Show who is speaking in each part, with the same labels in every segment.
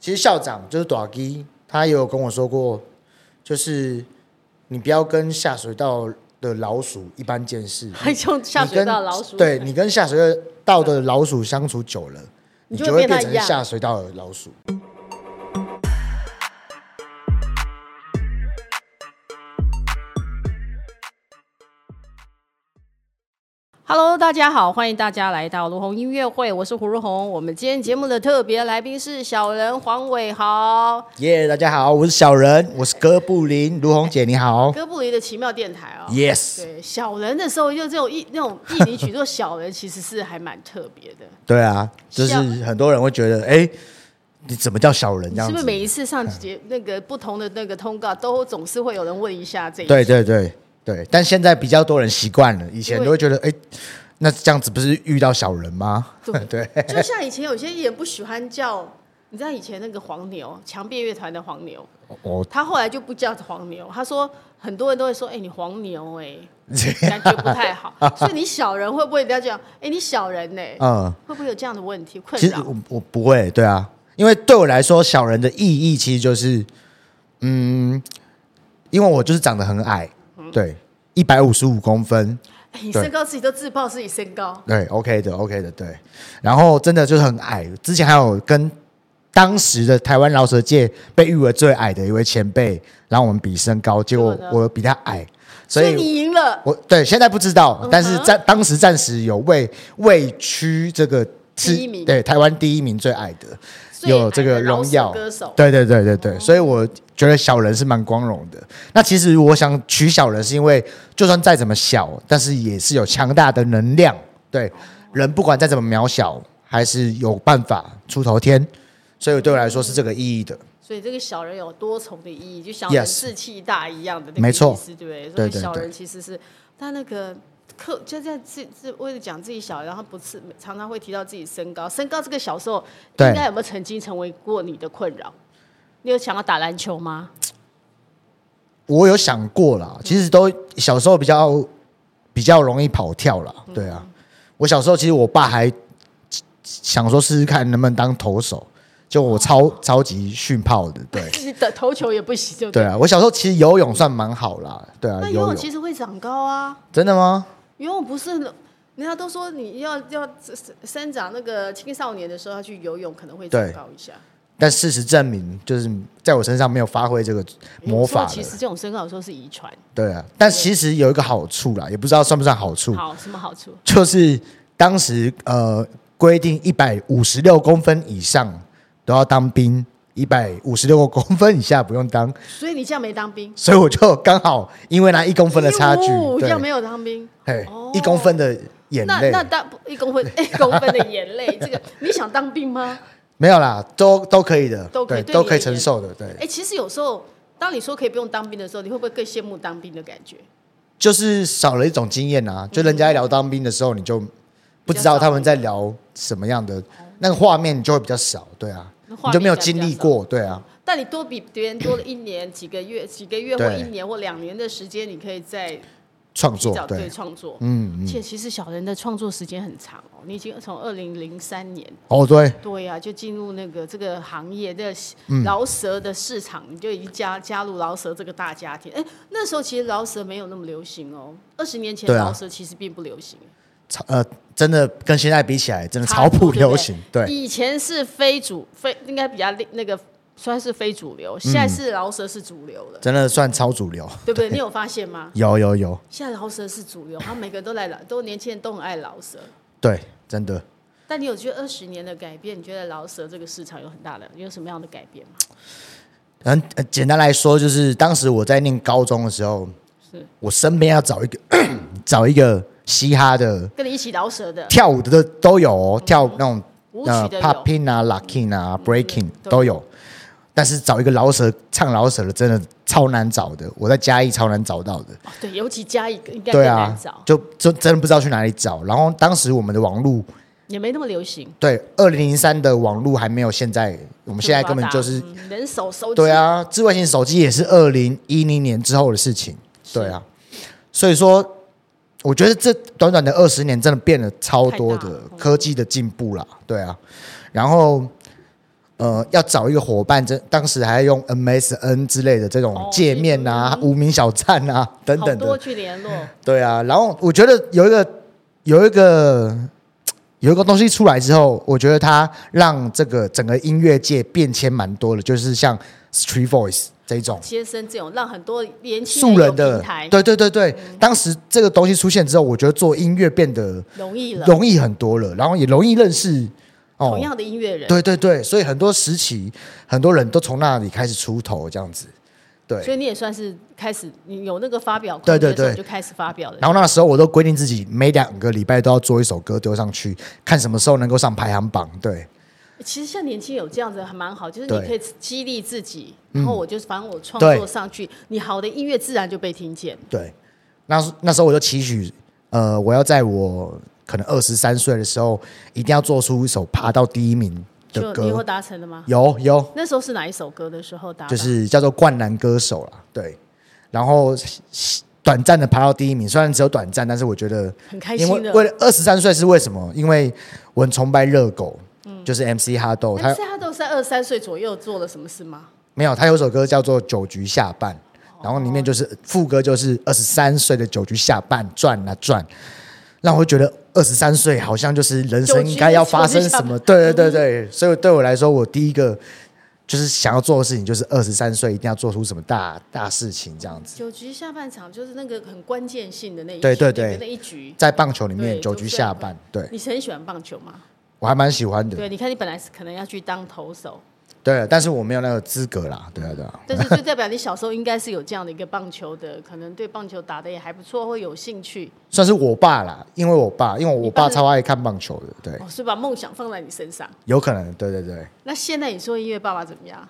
Speaker 1: 其实校长就是短基，他也有跟我说过，就是你不要跟下水道的老鼠一般见识，
Speaker 2: 还用下水道老鼠，
Speaker 1: 你跟对，你跟下水道的老鼠相处久了，
Speaker 2: 你
Speaker 1: 你
Speaker 2: 就
Speaker 1: 就
Speaker 2: 会
Speaker 1: 会变
Speaker 2: 变得
Speaker 1: 成
Speaker 2: 一样
Speaker 1: 下水道的老鼠。
Speaker 2: Hello，大家好，欢迎大家来到卢红音乐会，我是胡如红。我们今天节目的特别来宾是小人黄伟豪，
Speaker 1: 耶大家好，我是小人，我是哥布林，卢红姐你好
Speaker 2: 哥布林的奇妙电台哦。
Speaker 1: ，Yes，
Speaker 2: 对，小人的时候就这种一那种一领曲做小人，其实是还蛮特别的。
Speaker 1: 对啊，就是
Speaker 2: 笑
Speaker 1: 很多人会觉得，哎，你怎么叫小人这
Speaker 2: 你是
Speaker 1: 样
Speaker 2: 不是
Speaker 1: 子？
Speaker 2: 每一次上节那个不同的那个通告，都总是会有人问一下这一
Speaker 1: 对对对对，但现在比较多人习惯了，以前
Speaker 2: 对
Speaker 1: 都会觉得，哎，那这样子不是遇到小人吗？
Speaker 2: 对
Speaker 1: 对，
Speaker 2: 就像以前有些艺人不喜欢叫，你知道以前那个黄牛，强辩乐团的黄牛，
Speaker 1: 我
Speaker 2: 他后来就不叫黄牛，他说很多人都会说，哎、你黄牛哎、
Speaker 1: 嗯
Speaker 2: 感觉不 太好，所以你小人会不会人家讲，哎、你小人呢、
Speaker 1: 嗯。
Speaker 2: 会不会有这样的问题困
Speaker 1: 其实
Speaker 2: 扰？
Speaker 1: 我我不会，对啊，因为对我来说，小人的意义其实就是，嗯，因为我就是长得很矮，
Speaker 2: 嗯
Speaker 1: 对，一百五十五公分，
Speaker 2: 哎你
Speaker 1: 对
Speaker 2: 身高自己都自曝自己身高，
Speaker 1: 对，OK 的，OK 的，对。然后真的就是很矮，之前还有跟当时的台湾饶舌界被誉为最矮的一位前辈，然后我们比身高，结果
Speaker 2: 结果呢
Speaker 1: 我比他矮，所
Speaker 2: 所以
Speaker 1: 以
Speaker 2: 你赢了。
Speaker 1: 我对现在不知道
Speaker 2: 嗯哼，
Speaker 1: 但是在当时暂时有位位区这个是
Speaker 2: 第一名
Speaker 1: 对台湾第一名最矮的，
Speaker 2: 最矮的
Speaker 1: 有这个荣
Speaker 2: 饶
Speaker 1: 耀
Speaker 2: 舌歌手哦
Speaker 1: 对对对对对，所以我觉得小人是蛮光荣的。那其实我想取小人，是因为就算再怎么小，但是也是有强大的能量。
Speaker 2: 哦
Speaker 1: 对人不管再怎么渺小，还是有办法出头天。所以对我来说是这个意义的。
Speaker 2: 所以这个小人有多重的意义，就小人
Speaker 1: Yes
Speaker 2: 志气大一样的那个
Speaker 1: 没错
Speaker 2: 意思，对不对？所
Speaker 1: 对
Speaker 2: 以
Speaker 1: 对
Speaker 2: 小人
Speaker 1: 对
Speaker 2: 其实是，但那个客就在自自为了讲自己小人，然后不是常常会提到自己身高，身高这个小时候
Speaker 1: 对
Speaker 2: 应该有没有曾经成为过你的困扰？你有想要打篮球吗？
Speaker 1: 我有想过
Speaker 2: 嗯
Speaker 1: 啦，其实都小时候比较比较容易跑跳啦，
Speaker 2: 嗯
Speaker 1: 对啊。我小时候其实我爸还想说试试看能不能当投手，就
Speaker 2: 哦
Speaker 1: 我超、超级训炮的， 对
Speaker 2: 你的投球也不行，就
Speaker 1: 对
Speaker 2: 了。
Speaker 1: 啊。我小时候其实游泳算蛮好啦，对啊，
Speaker 2: 那游
Speaker 1: 游
Speaker 2: 泳
Speaker 1: 泳
Speaker 2: 其实会长高啊，
Speaker 1: 真的吗？
Speaker 2: 游泳不是，人家都说你要要生生长那个青少年的时候要去游泳，可能会长
Speaker 1: 对
Speaker 2: 高一下。
Speaker 1: 但事实证明，就是在我身上没有发挥这个魔法
Speaker 2: 有时候其
Speaker 1: 了
Speaker 2: 实，这种身高有时候是遗传。
Speaker 1: 对啊。但其实有一个好处啦，也不知道算不算好处，
Speaker 2: 好，什么好处？
Speaker 1: 就是当时呃规定一百五十六公分以上都要当兵，一百五十六公分以下不用当，
Speaker 2: 所以你这样没当兵，
Speaker 1: 所以我就刚好因为那一公分的差距，
Speaker 2: 15这样没
Speaker 1: 对，
Speaker 2: 有当兵。
Speaker 1: 嘿
Speaker 2: 哦，
Speaker 1: 一公分的眼
Speaker 2: 那
Speaker 1: 泪
Speaker 2: 那当一公分一公分的眼泪，这个你想当 兵吗？
Speaker 1: 没有啦，都都可以的，
Speaker 2: 都可以
Speaker 1: 对，
Speaker 2: 对
Speaker 1: 都可以
Speaker 2: 你而言
Speaker 1: 承受的，对
Speaker 2: 哎、，其实有时候，当你说可以不用当兵的时候，你会不会更羡慕当兵的感觉？
Speaker 1: 就是少了一种经验
Speaker 2: 嗯
Speaker 1: 啊，就人家聊当兵的时候，你就不知道他们在聊什么样的那个画面，你就会比较少，对啊，
Speaker 2: 那画
Speaker 1: 你就没有
Speaker 2: 面感比
Speaker 1: 经
Speaker 2: 较
Speaker 1: 历
Speaker 2: 少
Speaker 1: 过，对啊，
Speaker 2: 但你多比别人多了一年、几个月、几个月或
Speaker 1: 对
Speaker 2: 一年或两年的时间，你可以在
Speaker 1: 创
Speaker 2: 提
Speaker 1: 作
Speaker 2: 早对
Speaker 1: 对，
Speaker 2: 创作。
Speaker 1: 嗯，
Speaker 2: 而且其实小人的创作时间很长哦，你已经从二零零三年
Speaker 1: 哦对，
Speaker 2: 对啊呀、就进入那个这个行业的
Speaker 1: 嗯
Speaker 2: 饶舌的市场，你就已经加加入饶舌这个大家庭。哎，那时候其实饶舌没有那么流行哦，二十年前
Speaker 1: 对啊
Speaker 2: 饶舌其实并不流行，
Speaker 1: 潮呃，真的跟现在比起来，真的
Speaker 2: 差
Speaker 1: 潮
Speaker 2: 不多
Speaker 1: 普流行，对
Speaker 2: 对不对以前是非主非应该比较那个算是非主
Speaker 1: 嗯
Speaker 2: 流，现在是饶舌是主流了，
Speaker 1: 真的算超主流。
Speaker 2: 对不对？你有发现吗？
Speaker 1: 有有有，
Speaker 2: 现在饶舌是主流，然后每个人都来饶，都年轻人都很爱饶舌。
Speaker 1: 对，真的。
Speaker 2: 但你有觉得二十年的改变，你觉得饶舌这个市场有很大的有什么样的改变吗？
Speaker 1: 很、呃简单来说，就是当时我在念高中的时候
Speaker 2: 是，
Speaker 1: 我身边要找一个 找一个嘻哈的
Speaker 2: 跟你一起饶舌的
Speaker 1: 跳舞的都有、哦，跳那种
Speaker 2: 嗯舞
Speaker 1: 呃
Speaker 2: 曲的有。嗯
Speaker 1: popping 啊、locking 啊、breaking
Speaker 2: 对
Speaker 1: 都有，但是找一个饶舌唱饶舌的真的超难找的，我在嘉义超难找到的。
Speaker 2: 哦对，尤其加一个应该更
Speaker 1: 对啊
Speaker 2: 难找，，
Speaker 1: 就就真的不知道去哪里找。然后当时我们的网络
Speaker 2: 也没那么流行。
Speaker 1: 对，二零零三的网络还没有现在，我们现在根本就是
Speaker 2: 发达嗯人手收集
Speaker 1: 对，啊，智慧型手机也是二零一零年之后的事情，对啊，所以说我觉得这短短的二十年真的变了超多
Speaker 2: 太大
Speaker 1: 的
Speaker 2: 了
Speaker 1: 科技的进步啦，对啊，然后呃，要找一个伙伴，这当时还用 MSN 之类的这种
Speaker 2: 哦
Speaker 1: 界面啊、
Speaker 2: 嗯
Speaker 1: 无名小站啊等
Speaker 2: 好
Speaker 1: 等的
Speaker 2: 多，去联络，
Speaker 1: 对啊。然后我觉得有一个有一个有一个东西出来之后，我觉得它让这个整个音乐界变迁蛮多的，就是像 Street Voice 这一种。
Speaker 2: 接生这种让很多年轻
Speaker 1: 素
Speaker 2: 有
Speaker 1: 人
Speaker 2: 平
Speaker 1: 的
Speaker 2: 台，嗯
Speaker 1: 对对对对，当时这个东西出现之后，我觉得做音乐变得
Speaker 2: 容易了，
Speaker 1: 容易很多了，然后也容易认识哦
Speaker 2: 同，样的音乐人，
Speaker 1: 对对对，所以很多时期很多人都从那里开始出头这样子，
Speaker 2: 所
Speaker 1: 对。
Speaker 2: 以你也算是开始你有那个发表空
Speaker 1: 对对
Speaker 2: 间的时候
Speaker 1: 对
Speaker 2: 你就开始发表了。
Speaker 1: 然后那时候我都规定自己每两个礼拜都要做一首歌丢上去，看什么时候能够上排行榜。对
Speaker 2: 其实像年轻有这样子还蛮好，就是
Speaker 1: 对
Speaker 2: 你可以激励自己，
Speaker 1: 嗯
Speaker 2: 然后我就是反正我创
Speaker 1: 对
Speaker 2: 作上去，你好的音乐自然就被听见。
Speaker 1: 对，那时那时候我就期许，呃，我要在我可能二十三岁的时候，一定要做出一首爬到第一名的
Speaker 2: 就你有
Speaker 1: 歌。
Speaker 2: 达成了吗？
Speaker 1: 有有，
Speaker 2: 那时候是哪一首歌的时候达
Speaker 1: 就
Speaker 2: 成？
Speaker 1: 是叫做灌篮歌手啦。对，然后短暂的爬到第一名，虽然只有短暂，但是我觉得
Speaker 2: 很开
Speaker 1: 因
Speaker 2: 心
Speaker 1: 为
Speaker 2: 的。
Speaker 1: 为了二十三岁是为什么？因为我很崇拜热狗，
Speaker 2: 嗯
Speaker 1: 就是 MC 哈豆，他
Speaker 2: 但是他都是在二三岁左右做了什么事吗？
Speaker 1: 没有他有首歌叫做《酒局下半》，
Speaker 2: 哦
Speaker 1: 然后里面就是呃副歌就是二十三岁的酒局下半转啊转，让我觉得二十三岁好像就是人生应该要发生什么，
Speaker 2: 酒局的
Speaker 1: 对
Speaker 2: 酒
Speaker 1: 对
Speaker 2: 局
Speaker 1: 对对，所以对我来说，我第一个。就是想要做的事情，就是二十三岁一定要做出什么大大事情这样子。
Speaker 2: 九局下半场就是那个很关键性的那一
Speaker 1: 对对
Speaker 2: 局
Speaker 1: 对
Speaker 2: 那一局。
Speaker 1: 在棒球里面，
Speaker 2: 对
Speaker 1: 九局下半，对
Speaker 2: 你是很喜欢棒球吗？
Speaker 1: 我还蛮喜欢的。
Speaker 2: 对，你看你本来是可能要去当投手，
Speaker 1: 对，但是我没有那个资格啦。对啊，对啊。
Speaker 2: 但是就代表你小时候应该是有这样的一个棒球的，可能对棒球打得也还不错，会有兴趣，
Speaker 1: 算是我爸啦，因为我爸，因为我爸
Speaker 2: 你爸是
Speaker 1: 超爱看棒球的，对，
Speaker 2: 哦，是把梦想放在你身上。
Speaker 1: 有可能，对对对，
Speaker 2: 那现在你做音乐爸爸怎么样？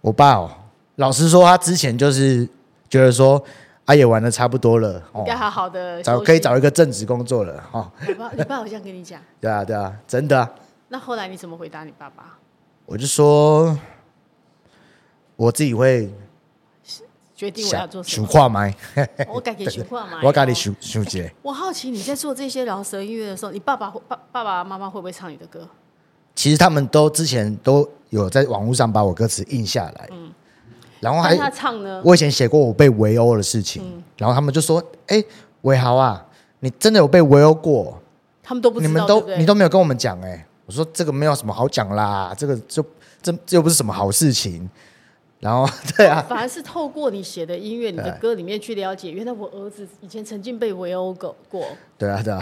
Speaker 1: 我爸哦，老实说，他之前就是觉得说，啊也玩的差不多了，哦
Speaker 2: 应，该好好的
Speaker 1: 找
Speaker 2: 休息
Speaker 1: 可以。找一个正职工作了，哦，
Speaker 2: 你爸，你爸好像跟你讲。
Speaker 1: 对啊对啊，真的、啊，
Speaker 2: 那后来你怎么回答你爸爸？
Speaker 1: 我就说我自己会
Speaker 2: 决定我要
Speaker 1: 想
Speaker 2: 做
Speaker 1: 想
Speaker 2: 什么？哎
Speaker 1: 画麦，
Speaker 2: 我改给许化嘛。
Speaker 1: 我咖喱想想一下
Speaker 2: 我好奇你在做这些饶舌音乐的时候，你爸爸会爸爸爸妈妈会不会唱你的歌？
Speaker 1: 其实他们都之前都有在网络上把我歌词印下来，然哦后还
Speaker 2: 嗯但他嗯唱呢？
Speaker 1: 我以前写过我被围殴的事情，然后他们就说：“哎、伟豪啊，你真的有被围殴过？
Speaker 2: 他们都不知
Speaker 1: 你
Speaker 2: 道，
Speaker 1: 们都
Speaker 2: 对不对
Speaker 1: 你都没有跟我们讲哎、我说：“这个没有什么好讲啦，这个就这这又不是什么好事情。”然后对啊，
Speaker 2: 反而是透过你写的音乐、你
Speaker 1: 哎
Speaker 2: 的歌里面去了解，原来我儿子以前曾经被围殴过过。
Speaker 1: 对啊，对啊，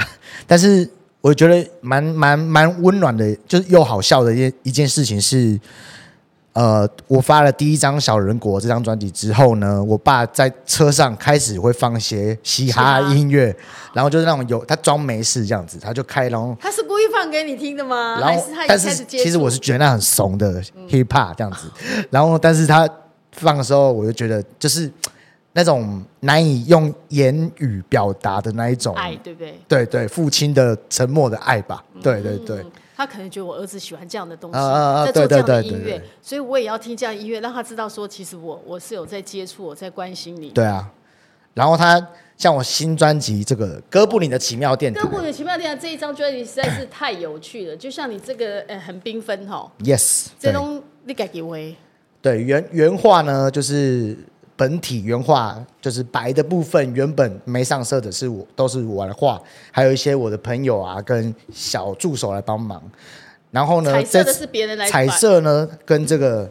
Speaker 1: 但是我觉得蛮蛮蛮温暖的，就是又好笑的一件一件事情是，呃，我发了第一张《小人国》这张专辑之后呢，我爸在车上开始会放一些嘻哈
Speaker 2: 嘻哈
Speaker 1: 音乐，然后就是那种有他装没事这样子，他就开，然后
Speaker 2: 他是故意放给你听的吗？
Speaker 1: 然
Speaker 2: 啊还
Speaker 1: 后
Speaker 2: 是他
Speaker 1: 但
Speaker 2: 已经开
Speaker 1: 是
Speaker 2: 始接触嗯
Speaker 1: 其实我是觉得那很怂的 hip hop 这样子，然后但是他放的时候，我就觉得就是那种难以用言语表达的那一种
Speaker 2: 爱，对不对？
Speaker 1: 对对，父亲的沉默的爱吧。对对对，
Speaker 2: 嗯他可能觉得我儿子喜欢这样的东西，
Speaker 1: 啊啊啊
Speaker 2: 在做
Speaker 1: 对
Speaker 2: 这
Speaker 1: 对
Speaker 2: 样的
Speaker 1: 对
Speaker 2: 音
Speaker 1: 对
Speaker 2: 乐
Speaker 1: 对，
Speaker 2: 所以我也要听这样的音乐，让他知道说，其实我我是有在接触，我在关心你。
Speaker 1: 对啊。然后他像我新专辑这个《哥布林的奇妙电台
Speaker 2: 哥》布的奇妙电台这一张专辑实在是太有趣了，就像你这个呃很缤纷哈，
Speaker 1: ，Yes，
Speaker 2: 这
Speaker 1: 对
Speaker 2: 东你改给我的
Speaker 1: 对原原画呢就是本体原画，就是白的部分原本没上色的是我都是我来画，还有一些我的朋友啊跟小助手来帮忙。然后呢，
Speaker 2: 彩色
Speaker 1: 这
Speaker 2: 的
Speaker 1: 次
Speaker 2: 是别人来
Speaker 1: 彩
Speaker 2: 摆
Speaker 1: 色呢，跟这个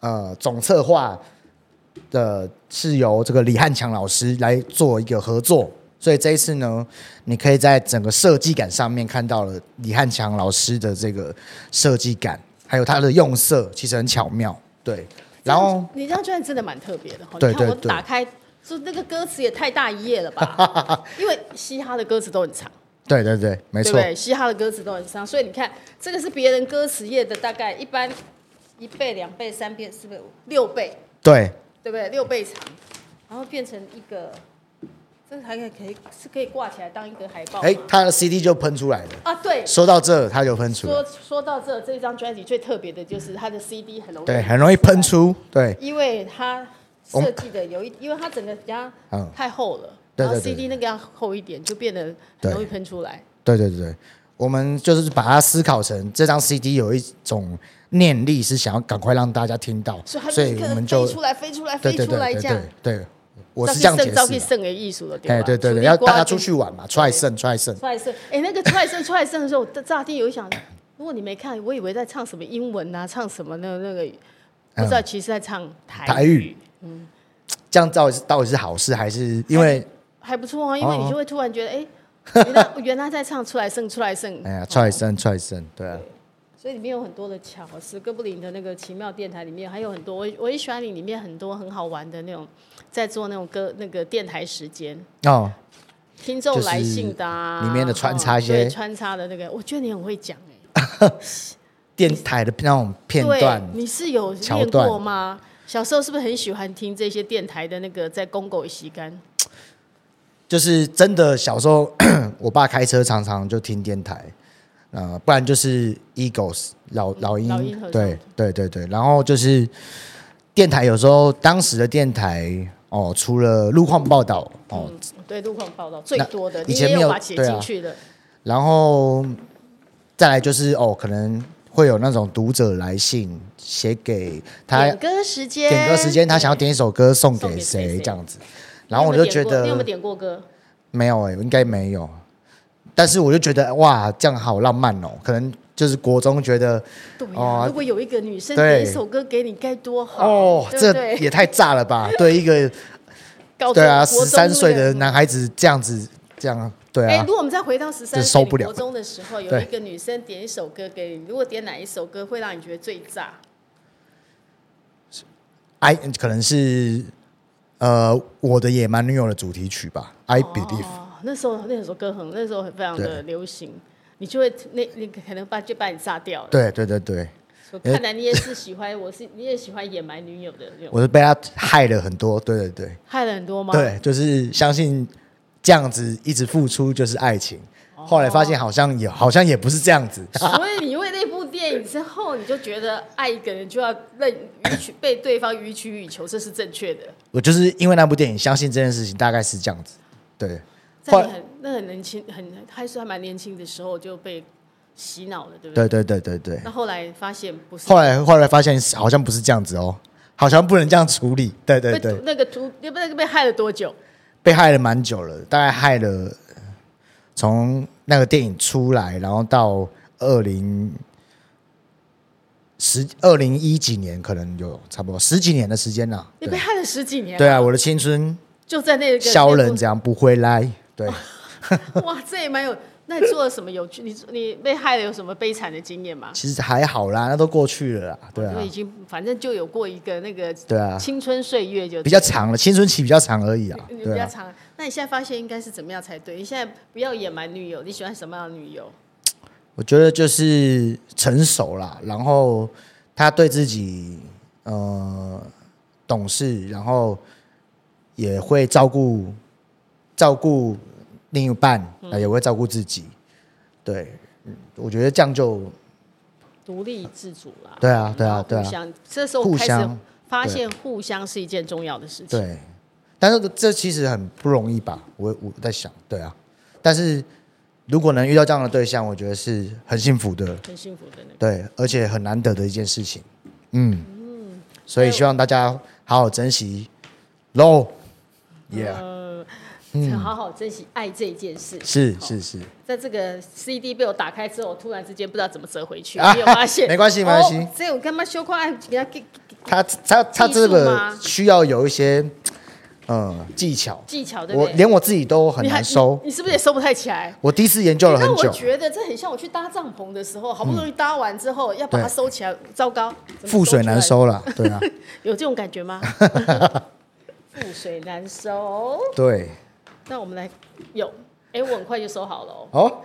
Speaker 1: 呃总策划的是由这个李汉强老师来做一个合作，所以这一次呢，你可以在整个设计感上面看到了李汉强老师的这个设计感，还有他的用色其实很巧妙，对。然后
Speaker 2: 你这张专辑真的蛮特别的哈，
Speaker 1: 对
Speaker 2: 你看我
Speaker 1: 对对
Speaker 2: 打开，说那个歌词也太大一页了 吧？因为嘻哈的歌词都很长，
Speaker 1: 对对对，没错
Speaker 2: 对不，对？嘻哈的歌词都很长，所以你看这个是别人歌词页的大概一般一倍、两倍、三倍、四倍、五六倍，
Speaker 1: 对
Speaker 2: 对不对？六倍长，然后变成一个，这还可以可以是可以挂起来当一个海报吗。
Speaker 1: 哎，他的 CD 就喷出来了。
Speaker 2: 啊，对，
Speaker 1: 说到这，他就喷出来
Speaker 2: 说，说到这，这张专辑最特别的就是它的 CD 很容易
Speaker 1: 对，很容易喷
Speaker 2: 出
Speaker 1: 出，对
Speaker 2: 来，因为它
Speaker 1: 我
Speaker 2: 设
Speaker 1: 们
Speaker 2: 计的有一，因为它整个比较
Speaker 1: 嗯
Speaker 2: 太厚了，
Speaker 1: 对
Speaker 2: 然后
Speaker 1: 对对
Speaker 2: CD 那个要厚一点，就变得很容易喷出来。
Speaker 1: 对对对对。我们就是把它思考成这张 CD 有一种念力，是想要赶快让大家听到，
Speaker 2: 所以它
Speaker 1: 所
Speaker 2: 立
Speaker 1: 以
Speaker 2: 刻
Speaker 1: 我们就
Speaker 2: 飞出来，飞出来，
Speaker 1: 对
Speaker 2: 飞
Speaker 1: 对
Speaker 2: 出
Speaker 1: 对
Speaker 2: 来
Speaker 1: 对
Speaker 2: 这
Speaker 1: 对
Speaker 2: 样。
Speaker 1: 对，我是这样解
Speaker 2: 招聘
Speaker 1: 释的。
Speaker 2: 胜的艺术了，对吧？
Speaker 1: 哎，对对
Speaker 2: 出
Speaker 1: 对，
Speaker 2: 力
Speaker 1: 要
Speaker 2: 挂
Speaker 1: 大家
Speaker 2: 就
Speaker 1: 出去玩嘛，踹胜踹胜。
Speaker 2: 出来是，哎，那个出来声， 出来声的时候，我乍听有一想，如果你没看，我以为在唱什么英文啊，唱什么那那个，不知道其实在唱
Speaker 1: 嗯台
Speaker 2: 台嗯
Speaker 1: 语，这样到底是到底是好事还是因为
Speaker 2: 还不错啊，因为
Speaker 1: 哦
Speaker 2: 你就会突然觉得，哎，原来原来在唱出来声，出来声，
Speaker 1: 哎呀踹
Speaker 2: 哦
Speaker 1: 胜踹胜，对啊，
Speaker 2: 所以里面有很多的巧思，哥布林的那个奇妙电台里面还有很多，我我也喜欢你里面很多很好玩的那种，在做那种歌那个电台时间，
Speaker 1: 哦，
Speaker 2: 听众来信的、啊，
Speaker 1: 就是里面的穿插一些
Speaker 2: 哦对穿插的那个，我觉得你很会讲哎、
Speaker 1: 电台的那种片段
Speaker 2: 对，，你是有
Speaker 1: 桥
Speaker 2: 练
Speaker 1: 段
Speaker 2: 过吗？小时候是不是很喜欢听这些电台的那个在公狗洗干？
Speaker 1: 就是真的小时候， 我爸开车常常就听电台，呃，不然就是 Eagles 老老
Speaker 2: 老鹰
Speaker 1: 鹰
Speaker 2: 合，
Speaker 1: 对对对对，然后就是电台有时候当时的电台哦，除了路况报道哦，
Speaker 2: 对，路况报道最多的，
Speaker 1: 以前
Speaker 2: 你也
Speaker 1: 没有
Speaker 2: 把它写
Speaker 1: 对啊
Speaker 2: 进去的，
Speaker 1: 然后再来就是哦，可能会有那种读者来信写给他
Speaker 2: 点歌时间，
Speaker 1: 点歌时间，他想要点一首歌送给
Speaker 2: 送给谁
Speaker 1: 谁
Speaker 2: 谁
Speaker 1: 这样子，然后我就觉
Speaker 2: 你有没有
Speaker 1: 得
Speaker 2: 点过你有没有点过歌？
Speaker 1: 没有哎、应该没有，但是我就觉得哇，这样好浪漫哦，可能就是国中觉得
Speaker 2: 对呀、
Speaker 1: 哦
Speaker 2: 如果有一个女生
Speaker 1: 对
Speaker 2: 点一首歌给你，该多好
Speaker 1: 哦，
Speaker 2: 对不
Speaker 1: 这
Speaker 2: 对？
Speaker 1: 也太炸了 吧，对一个
Speaker 2: 高中
Speaker 1: 对啊
Speaker 2: 国
Speaker 1: 十
Speaker 2: 中
Speaker 1: 三岁
Speaker 2: 那
Speaker 1: 的
Speaker 2: 个
Speaker 1: 男孩子这样子这样对
Speaker 2: 哎、
Speaker 1: 啊
Speaker 2: 如，果我们再回到十三
Speaker 1: 这受不了
Speaker 2: 国中的时候，有
Speaker 1: 对
Speaker 2: 一个女生点一首歌给你，如果点哪一首歌会让你觉得最炸？
Speaker 1: 哎，可能是呃我的野蛮女友的主题曲吧，I believe。
Speaker 2: 哦，那时候那首歌很，那时候很非常的
Speaker 1: 对
Speaker 2: 流行，你就会那那个可能把就把你炸掉了。
Speaker 1: 对对对对，
Speaker 2: 说看来你也是喜欢，我是你也喜欢野蛮女友的那种，
Speaker 1: 我是被他害了很多。对对对，
Speaker 2: 害了很多吗？，
Speaker 1: 对，就是相信这样子一直付出就是爱情。
Speaker 2: 哦
Speaker 1: 后来发现好像也好像也不是这样子，
Speaker 2: 所以你因为那部电影之后，你就觉得爱一个人就要认予取被对方予取予求，这是正确的。
Speaker 1: 我就是因为那部电影相信这件事情大概是这样子。对，
Speaker 2: 在
Speaker 1: 后
Speaker 2: 你
Speaker 1: 来
Speaker 2: 很那很年轻，很还是还蛮年轻的时候就被洗脑了，对不对？
Speaker 1: 对对对对对
Speaker 2: 那，后来发现不是，
Speaker 1: 后来后来发现好像不是这样子哦，好像不能这样处理。对对
Speaker 2: 被
Speaker 1: 对，
Speaker 2: 那个图，那个被害了多久？
Speaker 1: 被害了蛮久了，大概害了呃从那个电影出来，然后到二零十二零一几年，可能有差不多十几年的时间了、
Speaker 2: 你被
Speaker 1: 对
Speaker 2: 害了十几年，
Speaker 1: 对啊，我的青春
Speaker 2: 就在那个
Speaker 1: 消人
Speaker 2: 那
Speaker 1: 这样不回来，对，
Speaker 2: 部 哇，这也蛮有。那你做了什么有趣？你你被害了有什么悲惨的经验吗？
Speaker 1: 其实还好啦，那都过去了啦， 对啊
Speaker 2: 就，已经反正就有过一个那个
Speaker 1: 对啊，
Speaker 2: 青春岁月就，嗯
Speaker 1: 比较长了，青春期比较长而已啊，
Speaker 2: 你比
Speaker 1: 对
Speaker 2: 较
Speaker 1: 啊，
Speaker 2: 长。那你现在发现应该是怎么样才对？你现在不要野蛮女友，你喜欢什么样的女友？
Speaker 1: 我觉得就是成熟啦，然后他对自己呃懂事，然后也会照顾照顾另一半，呃也会照顾自己，对，嗯我觉得这样就
Speaker 2: 独立自主啦。
Speaker 1: 对啊，对
Speaker 2: 然后
Speaker 1: 啊，对
Speaker 2: 互
Speaker 1: 啊，
Speaker 2: 相，这时候
Speaker 1: 互
Speaker 2: 开始
Speaker 1: 相
Speaker 2: 发现互相是一件重要的事情。
Speaker 1: 对，但是这其实很不容易吧？我我在想，对啊，但是如果能遇到这样的对象，我觉得是很幸福的，
Speaker 2: 很幸福的那个。
Speaker 1: 对，而且很难得的一件事情，嗯，所以希望大家好好珍惜喽，Yeah，
Speaker 2: 呃嗯， 好好珍惜爱这件事。
Speaker 1: 是是是，
Speaker 2: 在这个 CD 被我打开之后，我突然之间不知道怎么折回去，
Speaker 1: 啊
Speaker 2: 你有发现？
Speaker 1: 没关系没关系
Speaker 2: 哦所以我干嘛修块爱给他给
Speaker 1: 他他他这
Speaker 2: 技术
Speaker 1: 个
Speaker 2: 吗
Speaker 1: 需要有一些嗯技巧，
Speaker 2: 技巧，对不
Speaker 1: 我
Speaker 2: 对？
Speaker 1: 连我自己都很
Speaker 2: 你还
Speaker 1: 难收
Speaker 2: 你，你是不是也收不太起来？
Speaker 1: 我第一次研究了
Speaker 2: 那
Speaker 1: 很
Speaker 2: 我
Speaker 1: 久，嗯
Speaker 2: 觉得这很像我去搭帐篷的时候，好不容易搭完之后，要把它
Speaker 1: 对
Speaker 2: 收起来，糟糕，怎
Speaker 1: 覆
Speaker 2: 么
Speaker 1: 水难
Speaker 2: 出来，
Speaker 1: 收了，对啊，
Speaker 2: 有这种感 觉吗？覆水难收。
Speaker 1: 对，
Speaker 2: 那我们来有，哎，我很快就收好了、哦。
Speaker 1: 哦，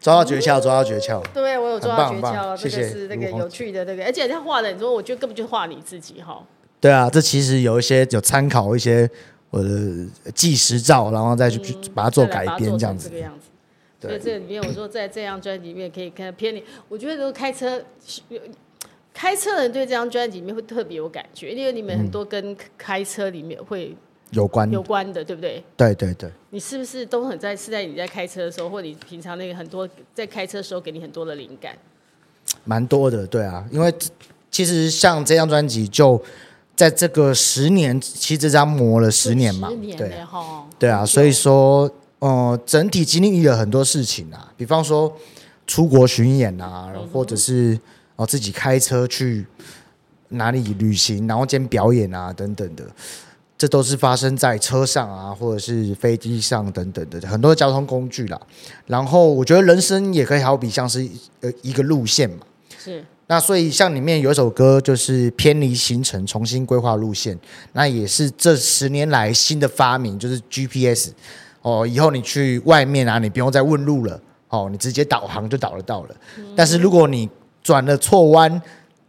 Speaker 1: 抓到诀窍，抓到诀窍。
Speaker 2: 对，我有抓到诀
Speaker 1: 很棒很
Speaker 2: 窍，
Speaker 1: 棒
Speaker 2: 这
Speaker 1: 谢
Speaker 2: 个
Speaker 1: 谢
Speaker 2: 是那
Speaker 1: 如
Speaker 2: 个
Speaker 1: 虹
Speaker 2: 有趣的那个，而且他画的，你说我觉得根本就画你自己哈、
Speaker 1: 对啊，这其实有一些有参考一些我的纪实照，然后再去、去把它做
Speaker 2: 再来
Speaker 1: 改
Speaker 2: 嗯把它
Speaker 1: 编
Speaker 2: 做
Speaker 1: 这样
Speaker 2: 成
Speaker 1: 子
Speaker 2: 这。个样子。所
Speaker 1: 对
Speaker 2: 以这里面我说，在这张专辑里面可以看偏离，我觉得如果开车，
Speaker 1: 嗯
Speaker 2: 开车的人对这张专辑里面会特别有感觉，因为你们很多跟开车里面会
Speaker 1: 有关，
Speaker 2: 有关的，对不对？
Speaker 1: 对对对，
Speaker 2: 你是不是都很在是在你在开车的时候，或你平常那个很多在开车的时候给你很多的灵感？
Speaker 1: 蛮多的，对啊，因为其实像这张专辑就在这个十年，其实这张磨了十年嘛
Speaker 2: 十，年
Speaker 1: 对
Speaker 2: 嘞哈。
Speaker 1: 对啊，所以说，呃，整体经历了很多事情啊，比方说出国巡演
Speaker 2: 嗯
Speaker 1: 啊，或者是哦、自己开车去哪里旅行，然后兼表演啊等等的，这都是发生在车上啊，或者是飞机上等等的很多交通工具啦。然后我觉得人生也可以好比像是呃一个路线嘛。
Speaker 2: 是
Speaker 1: 那所以像里面有一首歌就是偏离行程，重新规划路线，那也是这十年来新的发明，就是 GPS。哦，以后你去外面啊，你不用再问路了，哦，你直接导航就导得到了。但是如果你转了错弯，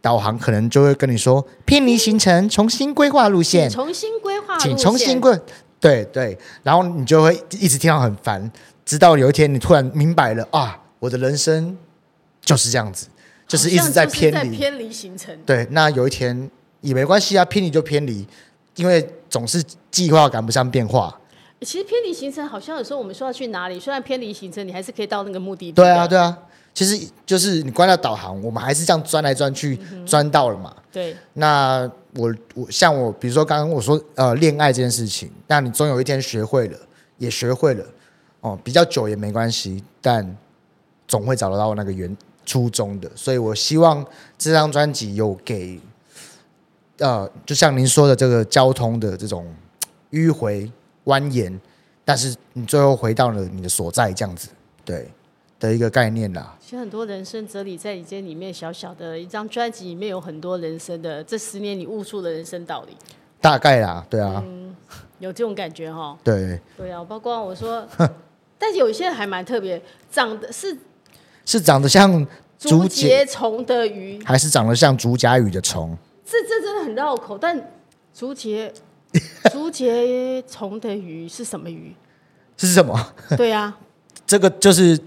Speaker 1: 导航可能就会跟你说偏离行程，重新规划路线
Speaker 2: 请，重新规划路线，
Speaker 1: 请重新规。对对，然后你就会一直听到很烦，直到有一天你突然明白了啊，我的人生就是这样子，就是一直在偏
Speaker 2: 好像就
Speaker 1: 离。
Speaker 2: 是在偏离行程。
Speaker 1: 对，那有一天也没关系啊，偏离就偏离，因为总是计划赶不上变化。
Speaker 2: 其实偏离行程好像有时候我们说要去哪里，虽然偏离行程，你还是可以到那个目的地的。
Speaker 1: 对啊，对啊，其实就是你关掉导航，我们还是这样钻来钻去，
Speaker 2: 嗯
Speaker 1: 钻到了嘛。
Speaker 2: 对，
Speaker 1: 那我我像我，比如说刚刚我说呃恋爱这件事情，那你总有一天学会了，也学会了，哦，比较久也没关系，但总会找得到那个原初衷的。所以我希望这张专辑有给，呃，就像您说的这个交通的这种嘖迂回蜿蜒，但是你最后回到了你的所在，这样子，对的一个概念啦。
Speaker 2: 其实很多人生哲理在你这里面，小小的一张专辑里面有很多人生的这十年你悟出的人生道理，
Speaker 1: 大概啦，对啊，
Speaker 2: 有这种感觉哈、
Speaker 1: 对，
Speaker 2: 对啊，包括 我说，但是有一些还蛮特别，长得是
Speaker 1: 是长得像
Speaker 2: 竹
Speaker 1: 竹节
Speaker 2: 节虫的鱼，
Speaker 1: 还是长得像竹夹鱼的虫，
Speaker 2: 这这真的很绕口。但 竹节竹节虫的鱼是什么鱼？
Speaker 1: 是什么？
Speaker 2: 对啊，
Speaker 1: 这个就是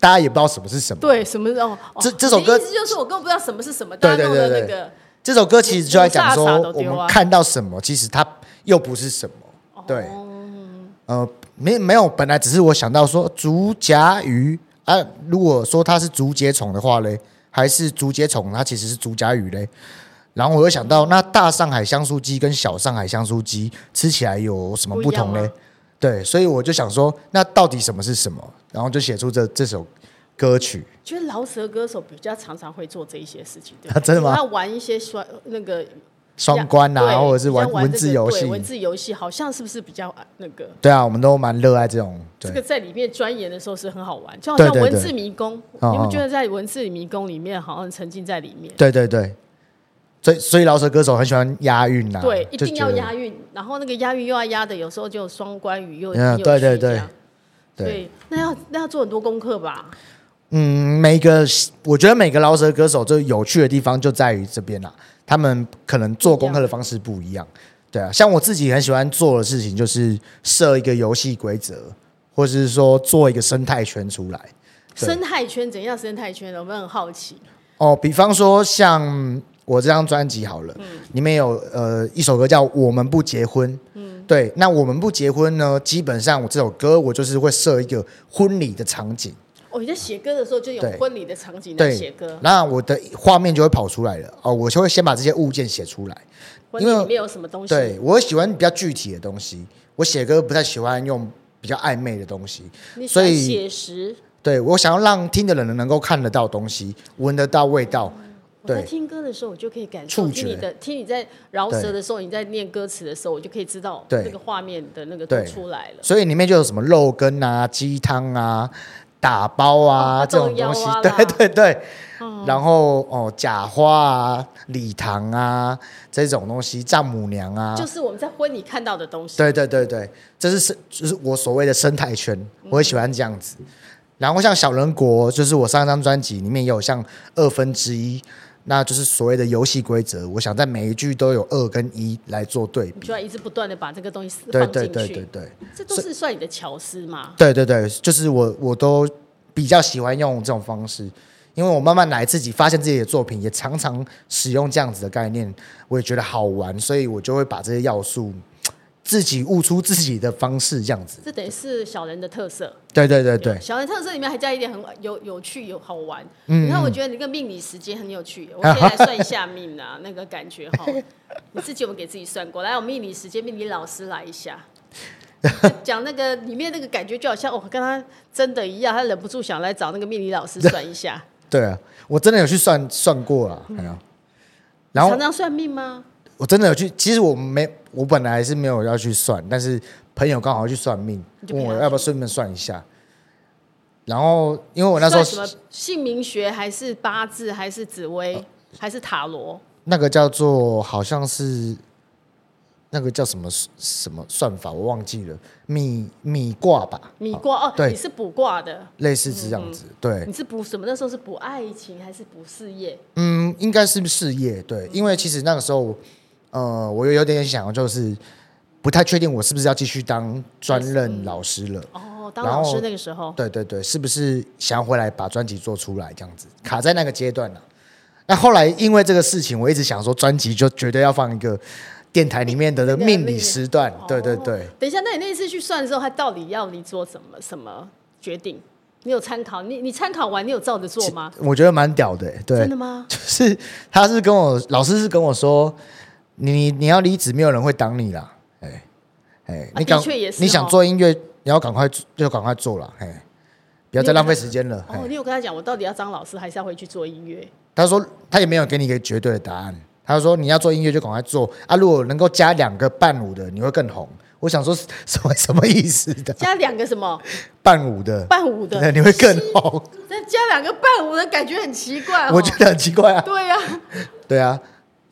Speaker 1: 大家也不知道什么是什么。
Speaker 2: 对，什么哦？哦
Speaker 1: 这这首歌
Speaker 2: 你的意思就是我根本不知道什么是什么，
Speaker 1: 对
Speaker 2: 大家弄
Speaker 1: 对
Speaker 2: 的
Speaker 1: 对
Speaker 2: 那个
Speaker 1: 这首歌其实就在讲
Speaker 2: 我
Speaker 1: 说
Speaker 2: 们傻傻，都
Speaker 1: 我
Speaker 2: 丢啊哦
Speaker 1: 们看到什么，其实它又不是什么。对，呃，没没有，本来只是我想到说竹夹鱼啊，如果说它是竹节虫的话嘞，还是竹节虫，它其实是竹夹鱼嘞。然后我又想到，那大上海香酥鸡跟小上海香酥鸡吃起来有什么不同
Speaker 2: 不一样啊
Speaker 1: 嘞
Speaker 2: 吗？
Speaker 1: 对，所以我就想说，那到底什么是什么？然后就写出这这首歌曲。
Speaker 2: 觉得饶舌歌手比较常常会做这一些事情，对
Speaker 1: 啊真的吗
Speaker 2: 要玩一些双那个
Speaker 1: 双关
Speaker 2: 对
Speaker 1: 啊，或者是玩
Speaker 2: 比较
Speaker 1: 文
Speaker 2: 这个
Speaker 1: 字游戏
Speaker 2: 对，文字游戏好像是不是比较呃那个？
Speaker 1: 对啊，我们都蛮热爱这种。
Speaker 2: 这
Speaker 1: 对，
Speaker 2: 个在里面钻研的时候是很好玩，就好
Speaker 1: 对
Speaker 2: 像
Speaker 1: 对
Speaker 2: 文
Speaker 1: 对
Speaker 2: 字迷宫，
Speaker 1: 哦
Speaker 2: 你
Speaker 1: 哦
Speaker 2: 们觉得在文字迷宫里面好像沉浸在里面？
Speaker 1: 对对对，所以所以饶舌歌手很喜欢押韵呐、啊，
Speaker 2: 对，一
Speaker 1: 就
Speaker 2: 定要
Speaker 1: 觉得
Speaker 2: 押韵，然后那个押韵又要押的，有时候就有双关语又
Speaker 1: 嗯
Speaker 2: 有
Speaker 1: 对对对对
Speaker 2: 对，那要那要做很多功课吧？
Speaker 1: 嗯，每个我觉得每个饶舌歌手最有趣的地方就在于这边啦、啊他们可能做功课的方式不一样。对啊，像我自己很喜欢做的事情就是设一个游戏规则，或者是说做一个生态圈出来。对
Speaker 2: 生态圈怎样？生态圈的，我们很好奇。
Speaker 1: 哦，比方说像我这张专辑好
Speaker 2: 嗯
Speaker 1: 了，里面有呃一首歌叫《我们不结婚》，嗯，对，那我们不结婚呢，基本上我这首歌我就是会设一个婚礼的场景，
Speaker 2: 哦，你在写歌的时候就有
Speaker 1: 对
Speaker 2: 婚礼的场景在写
Speaker 1: 对
Speaker 2: 歌，，
Speaker 1: 那我的画面就会跑出来了，哦，我就会先把这些物件写出来，
Speaker 2: 婚
Speaker 1: 因
Speaker 2: 礼
Speaker 1: 为
Speaker 2: 里面有什么东西？
Speaker 1: 对我喜欢比较具体的东西，我写歌不太喜欢用比较暧昧的东西，
Speaker 2: 你喜
Speaker 1: 所
Speaker 2: 欢
Speaker 1: 以
Speaker 2: 写实。
Speaker 1: 对我想要让听的人能够看得到东西，闻得到味道，
Speaker 2: 我在
Speaker 1: 对
Speaker 2: 听歌的时候，我就可以感受
Speaker 1: 触
Speaker 2: 听你
Speaker 1: 觉
Speaker 2: 的，听你在饶舌的时候，你在念歌词的时候，我就可以知道
Speaker 1: 对
Speaker 2: 那个画面的那个都
Speaker 1: 对
Speaker 2: 出来了。
Speaker 1: 所以里面就有什么肉羹啊、鸡汤啊、打包啊、
Speaker 2: 哦
Speaker 1: 这种东西
Speaker 2: 豆，芽啦嗯
Speaker 1: 对对对。然后哦，假花啊、礼堂啊这种东西，丈母娘啊，
Speaker 2: 就是我们在婚礼看到的东西。
Speaker 1: 对对对对，这是生就是我所谓的生态圈，
Speaker 2: 嗯
Speaker 1: 我会喜欢这样子。然后像小人国，就是我上张专辑里面也有像二分之一，那就是所谓的游戏规则。我想在每一句都有二跟一来做对
Speaker 2: 你
Speaker 1: 比。
Speaker 2: 就要一直不断的把这个东西
Speaker 1: 对
Speaker 2: 放
Speaker 1: 对
Speaker 2: 进
Speaker 1: 对对
Speaker 2: 去，
Speaker 1: 对。
Speaker 2: 这都是算你的巧思嘛？
Speaker 1: 对对对，就是我我都比较喜欢用这种方式，因为我慢慢来自己发现自己的作品，也常常使用这样子的概念，我也觉得好玩，所以我就会把这些要素自己悟出自己的方式，这样子。
Speaker 2: 这等于是小人的特色。
Speaker 1: 对对对对，
Speaker 2: 小人特色里面还加一点很有有趣、有好玩。嗯，那我觉得你那个命理时间很有趣，我先来算一下命啊，那个感觉 哈。你自己有没有给自己算过？来，我命理时间，命理老师来一 下，讲那个里面那个感觉，就好像我、哦跟他真的一样，他忍不住想来找那个命理老师算一下。
Speaker 1: 对啊，我真的有去算算过了，哎呀 然后
Speaker 2: 嗯常常算命吗？
Speaker 1: 我真的有去，其实我没，我本来是没有要去算，但是朋友刚好要去算命，
Speaker 2: 你就
Speaker 1: 问
Speaker 2: 陪
Speaker 1: 我
Speaker 2: 他
Speaker 1: 要不要顺便算一下。然后因为我那时候
Speaker 2: 算什么姓名学，还是八字，还是紫
Speaker 1: 哦
Speaker 2: 薇，还是塔罗？
Speaker 1: 那个叫做好像是那个叫什么什么算法，我忘记了，米米卦吧，
Speaker 2: 米卦哦，
Speaker 1: 对
Speaker 2: 你是卜卦的，
Speaker 1: 类似这样子。对，
Speaker 2: 你是补什么？那时候是补爱情还是补事业？
Speaker 1: 嗯，应该是事业对，因为其实那个时候，呃，我有点想就是不太确定我是不是要继续当专任老师了。
Speaker 2: 哦，当
Speaker 1: 然后
Speaker 2: 老师那个时候，
Speaker 1: 对对对，是不是想要回来把专辑做出来这样子？卡在那个阶段呢、啊那后来因为这个事情，我一直想说专辑就绝对要放一个电台里面的
Speaker 2: 个
Speaker 1: 命
Speaker 2: 命理
Speaker 1: 理时段
Speaker 2: 哦。
Speaker 1: 对对对，
Speaker 2: 等一下，那你那一次去算的时候，他到底要你做什么什么决定？你有参考？你你参考完，你有照着做吗？
Speaker 1: 我觉得蛮屌的、欸对
Speaker 2: 真的，吗？
Speaker 1: 就是他是跟我老师是跟我说，你你你要离职，没有人会挡你啦。哎哎，你
Speaker 2: 的
Speaker 1: 赶、
Speaker 2: 确也是
Speaker 1: 你想
Speaker 2: 哦
Speaker 1: 做音乐，你要赶快就赶快做了，哎，不要再浪费时间了。哎
Speaker 2: 哦，你有跟他讲，我到底要当老师还是要回去做音乐？
Speaker 1: 他说他也没有给你一个绝对的答案，他说你要做音乐就赶快做啊，如果能够加两个伴舞的，你会更红。我想说什 什么什么意思的
Speaker 2: 加两个什么
Speaker 1: 伴舞的，
Speaker 2: 伴舞
Speaker 1: 对
Speaker 2: 的，
Speaker 1: 你会更红，
Speaker 2: 再加两个伴舞的感觉很奇怪、哦。
Speaker 1: 我觉得很奇怪啊，
Speaker 2: 对呀、
Speaker 1: 对啊。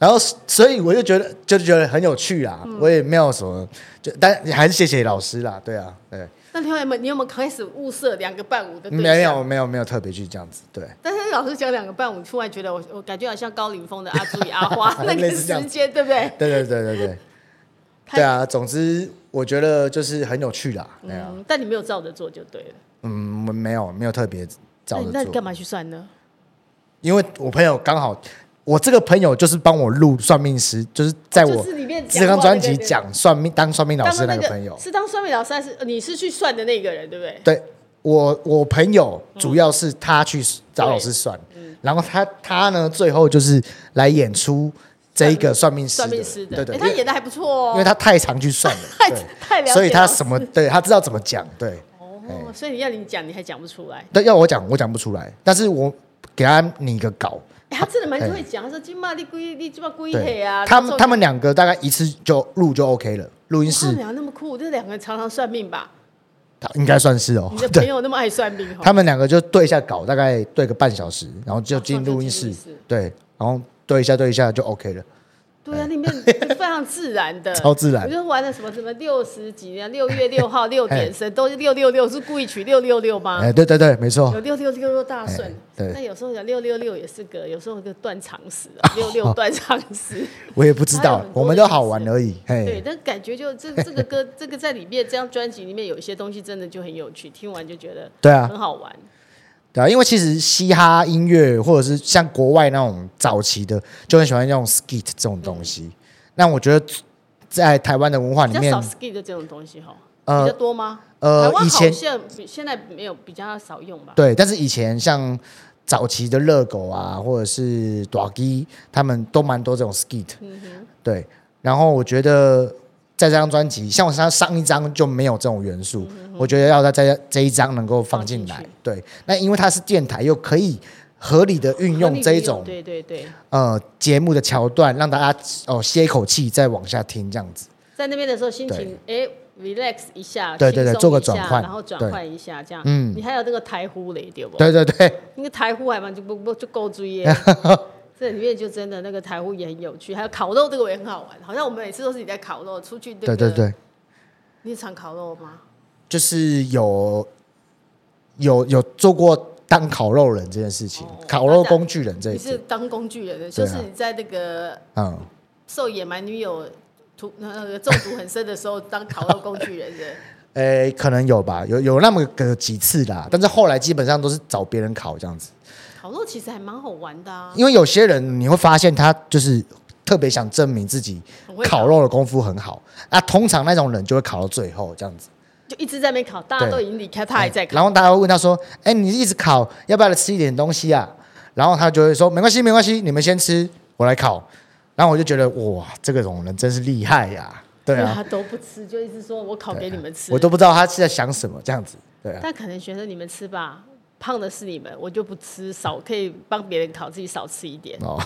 Speaker 1: 然后，所以我就觉得，就觉得很有趣啦。
Speaker 2: 嗯
Speaker 1: 我也没有什么，就但还是谢谢老师啦，对啊，对，
Speaker 2: 那你有没有你有没有开始物色两个伴舞的对象？
Speaker 1: 没有。没有没有特别去这样子，对，
Speaker 2: 但是老师讲两个半，我突然觉得我我感觉好像高凌风的阿朱与阿花那个
Speaker 1: 类似这样哎
Speaker 2: 时间，对不对？
Speaker 1: 对对对对对，
Speaker 2: 太
Speaker 1: 对啊。总之，我觉得就是很有趣啦，对啊，
Speaker 2: 嗯，但你没有照着做就对了。
Speaker 1: 嗯，没有没有特别
Speaker 2: 那
Speaker 1: 找
Speaker 2: 你
Speaker 1: 着
Speaker 2: 那你
Speaker 1: 做
Speaker 2: 干。嘛去算呢？
Speaker 1: 因为我朋友刚好，我这个朋友就是帮我录算命师，就是在
Speaker 2: 就
Speaker 1: 我
Speaker 2: 是里面
Speaker 1: 这张专辑
Speaker 2: 讲
Speaker 1: 讲算命当算命老
Speaker 2: 当
Speaker 1: 师
Speaker 2: 那
Speaker 1: 那个朋友。
Speaker 2: 是当算命老师还是哦你是去算的那个人，对不对？
Speaker 1: 对我，我朋友
Speaker 2: 嗯
Speaker 1: 主要是他去找老师算，然后他他呢最后就是来演出这一个算命师的，
Speaker 2: 算命师的，
Speaker 1: 对对，
Speaker 2: 诶
Speaker 1: 因
Speaker 2: 他
Speaker 1: 为
Speaker 2: 演的还不错
Speaker 1: 因为
Speaker 2: 哦，
Speaker 1: 他太常去算了，
Speaker 2: 太
Speaker 1: 对
Speaker 2: 太了解
Speaker 1: 所以他
Speaker 2: 老师
Speaker 1: 什 么对他知道怎么哎讲，对
Speaker 2: 哦，所以你要你讲你还讲不出来。
Speaker 1: 对，要我讲我讲不出来，但是我给他拟一个稿，
Speaker 2: 哎诶他真的蛮会讲，他说金马你龟你鸡巴龟黑
Speaker 1: 对
Speaker 2: 啊，，
Speaker 1: 哎他
Speaker 2: 然后
Speaker 1: 们他们两个大概一次就录就 OK 了，录音
Speaker 2: 哦他
Speaker 1: 室
Speaker 2: 们俩那么酷，这两个人常常算命吧？
Speaker 1: 他应该算是哦
Speaker 2: 你的，朋
Speaker 1: 对，
Speaker 2: 友那么爱算命哦，
Speaker 1: 他们两个就对一下稿，大概对个半小时，然后就进录音
Speaker 2: 哦
Speaker 1: 室
Speaker 2: 就进录音室，
Speaker 1: 对，然后对一下对一下就 OK 了，
Speaker 2: 对啊，里面非常自然 的，
Speaker 1: 超自然
Speaker 2: 我就玩了什么什么六十几年，六月六号六点生，都是六六六，是故意取六六六吗？
Speaker 1: 哎，对对对，没错
Speaker 2: 有，六六六六大顺，
Speaker 1: 哎对
Speaker 2: 那有时候有六六六也是个，有时候有个断肠死
Speaker 1: 哦
Speaker 2: 啊，六六断肠死。
Speaker 1: 我也不知
Speaker 2: 还有
Speaker 1: 道
Speaker 2: 很，多
Speaker 1: 我们就好玩而已，
Speaker 2: 对
Speaker 1: 嘿，，
Speaker 2: 但感觉就这这个歌，这个在里面这张专辑里面有一些东西真的就很有趣，听完就觉得
Speaker 1: 对啊
Speaker 2: 很好玩。
Speaker 1: 对啊，因为其实嘻哈音乐或者是像国外那种早期的，就很喜欢那种 skit 这种东西，那我觉得在台湾的文化
Speaker 2: 嗯比
Speaker 1: 里
Speaker 2: 较
Speaker 1: 面
Speaker 2: 少，ski 的这种东西哈，
Speaker 1: 呃
Speaker 2: 比较多吗？
Speaker 1: 呃
Speaker 2: 台湾
Speaker 1: 以
Speaker 2: 好
Speaker 1: 前
Speaker 2: 像比现在没有比较少用吧？
Speaker 1: 对，但是以前像早期的热狗啊，或者是短鸡，他们都蛮多这种 skit，、对。
Speaker 2: 嗯
Speaker 1: 然后我觉得在这张专辑，像我上上一张就没有这种元素，我觉得要在这这一张能够放
Speaker 2: 嗯放
Speaker 1: 进
Speaker 2: 进
Speaker 1: 来
Speaker 2: 去，
Speaker 1: 对。那因为它是电台，又可以合理的运
Speaker 2: 合
Speaker 1: 用
Speaker 2: 理
Speaker 1: 这一
Speaker 2: 运
Speaker 1: 种
Speaker 2: 对对对。
Speaker 1: 呃节目的桥段，让大家哦歇一口气，再往下听这样子。
Speaker 2: 在那边的时候心情哎 relax 一下，
Speaker 1: 对对对
Speaker 2: 轻松一下
Speaker 1: 做个转换
Speaker 2: 然后转
Speaker 1: 对
Speaker 2: 换一下这样。
Speaker 1: 嗯
Speaker 2: 你还有那个台呼嘞，对不？
Speaker 1: 对对对，
Speaker 2: 那个台呼还蛮就不不就够注意。 这里面就真的那个台呼也很有趣，还有烤肉这个我也很好玩，好像我们每次都是你在烤肉，出去那
Speaker 1: 对
Speaker 2: 个
Speaker 1: 对，对，
Speaker 2: 你有常烤肉吗？
Speaker 1: 就是有有有做过当烤肉人这件事情，
Speaker 2: 哦
Speaker 1: 烤肉工具人这一
Speaker 2: 你
Speaker 1: 次
Speaker 2: 是，当工具人的，
Speaker 1: 对
Speaker 2: 就
Speaker 1: 啊
Speaker 2: 是你在那个
Speaker 1: 嗯，
Speaker 2: 受野蛮女友毒呃中毒很深的时候当烤肉工具人的。
Speaker 1: 诶，可能有吧，有有那么个几次啦，但是后来基本上都是找别人烤这样子，
Speaker 2: 烤肉其实还蛮好玩的啊，
Speaker 1: 因为有些人你会发现他就是特别想证明自己
Speaker 2: 很会烤
Speaker 1: 烤肉的功夫很好。啊，通常那种人就会烤到最后这样子。
Speaker 2: 就一直在那边烤，大家
Speaker 1: 对
Speaker 2: 都已经离开，他还在烤。
Speaker 1: 然后大家会问他说：“哎、你一直烤，要不要来吃一点东西啊？”然后他就会说：“没关系，没关系，你们先吃，我来烤。”然后我就觉得哇，这个种人真是厉害呀、对
Speaker 2: 因为
Speaker 1: 啊，
Speaker 2: 他都不吃，就一直说我烤给你们吃。
Speaker 1: 我都不知道他是在想什么这样子。对啊，
Speaker 2: 但可能觉得你们吃吧，胖的是你们，我就不吃，少可以帮别人烤，自己少吃一点，
Speaker 1: 哦，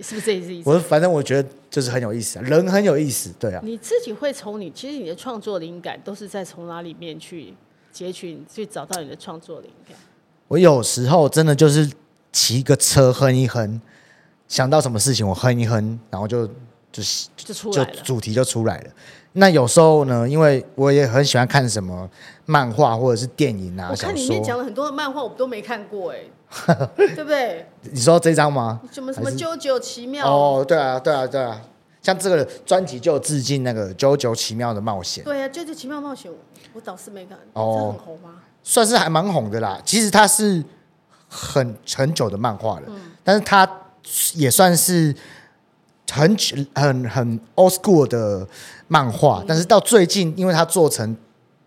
Speaker 2: 是不是这意思？
Speaker 1: 我反正我觉得就是很有意思、啊，人很有意思。对啊，
Speaker 2: 你自己会从你，其实你的创作灵感都是在从哪里面去截取，你去找到你的创作灵感。
Speaker 1: 我有时候真的就是骑个车哼一哼，想到什么事情我哼一哼，然后就就是
Speaker 2: 就出来了
Speaker 1: 就主题就出来了。那有时候呢，因为我也很喜欢看什么漫画或者是电影啊，
Speaker 2: 我
Speaker 1: 小
Speaker 2: 看里面讲
Speaker 1: 说。
Speaker 2: 了很多的漫画，我都没看 过、哎，对不对？
Speaker 1: 你说这张吗？
Speaker 2: 什么什
Speaker 1: 还
Speaker 2: 么
Speaker 1: 是
Speaker 2: 啾啾奇妙，
Speaker 1: 哦，对啊，对啊，对啊，像这个专辑就有致敬那个《啾啾奇妙的冒险》，
Speaker 2: 对啊，啾啾奇妙冒险，我倒是没看，
Speaker 1: 哦
Speaker 2: 这很红吗？
Speaker 1: 算是还蛮红的啦。其实它是很很久的漫画了，
Speaker 2: 嗯
Speaker 1: 但是它也算是很久很很 old school 的漫画，
Speaker 2: 嗯
Speaker 1: 但是到最近，因为它做成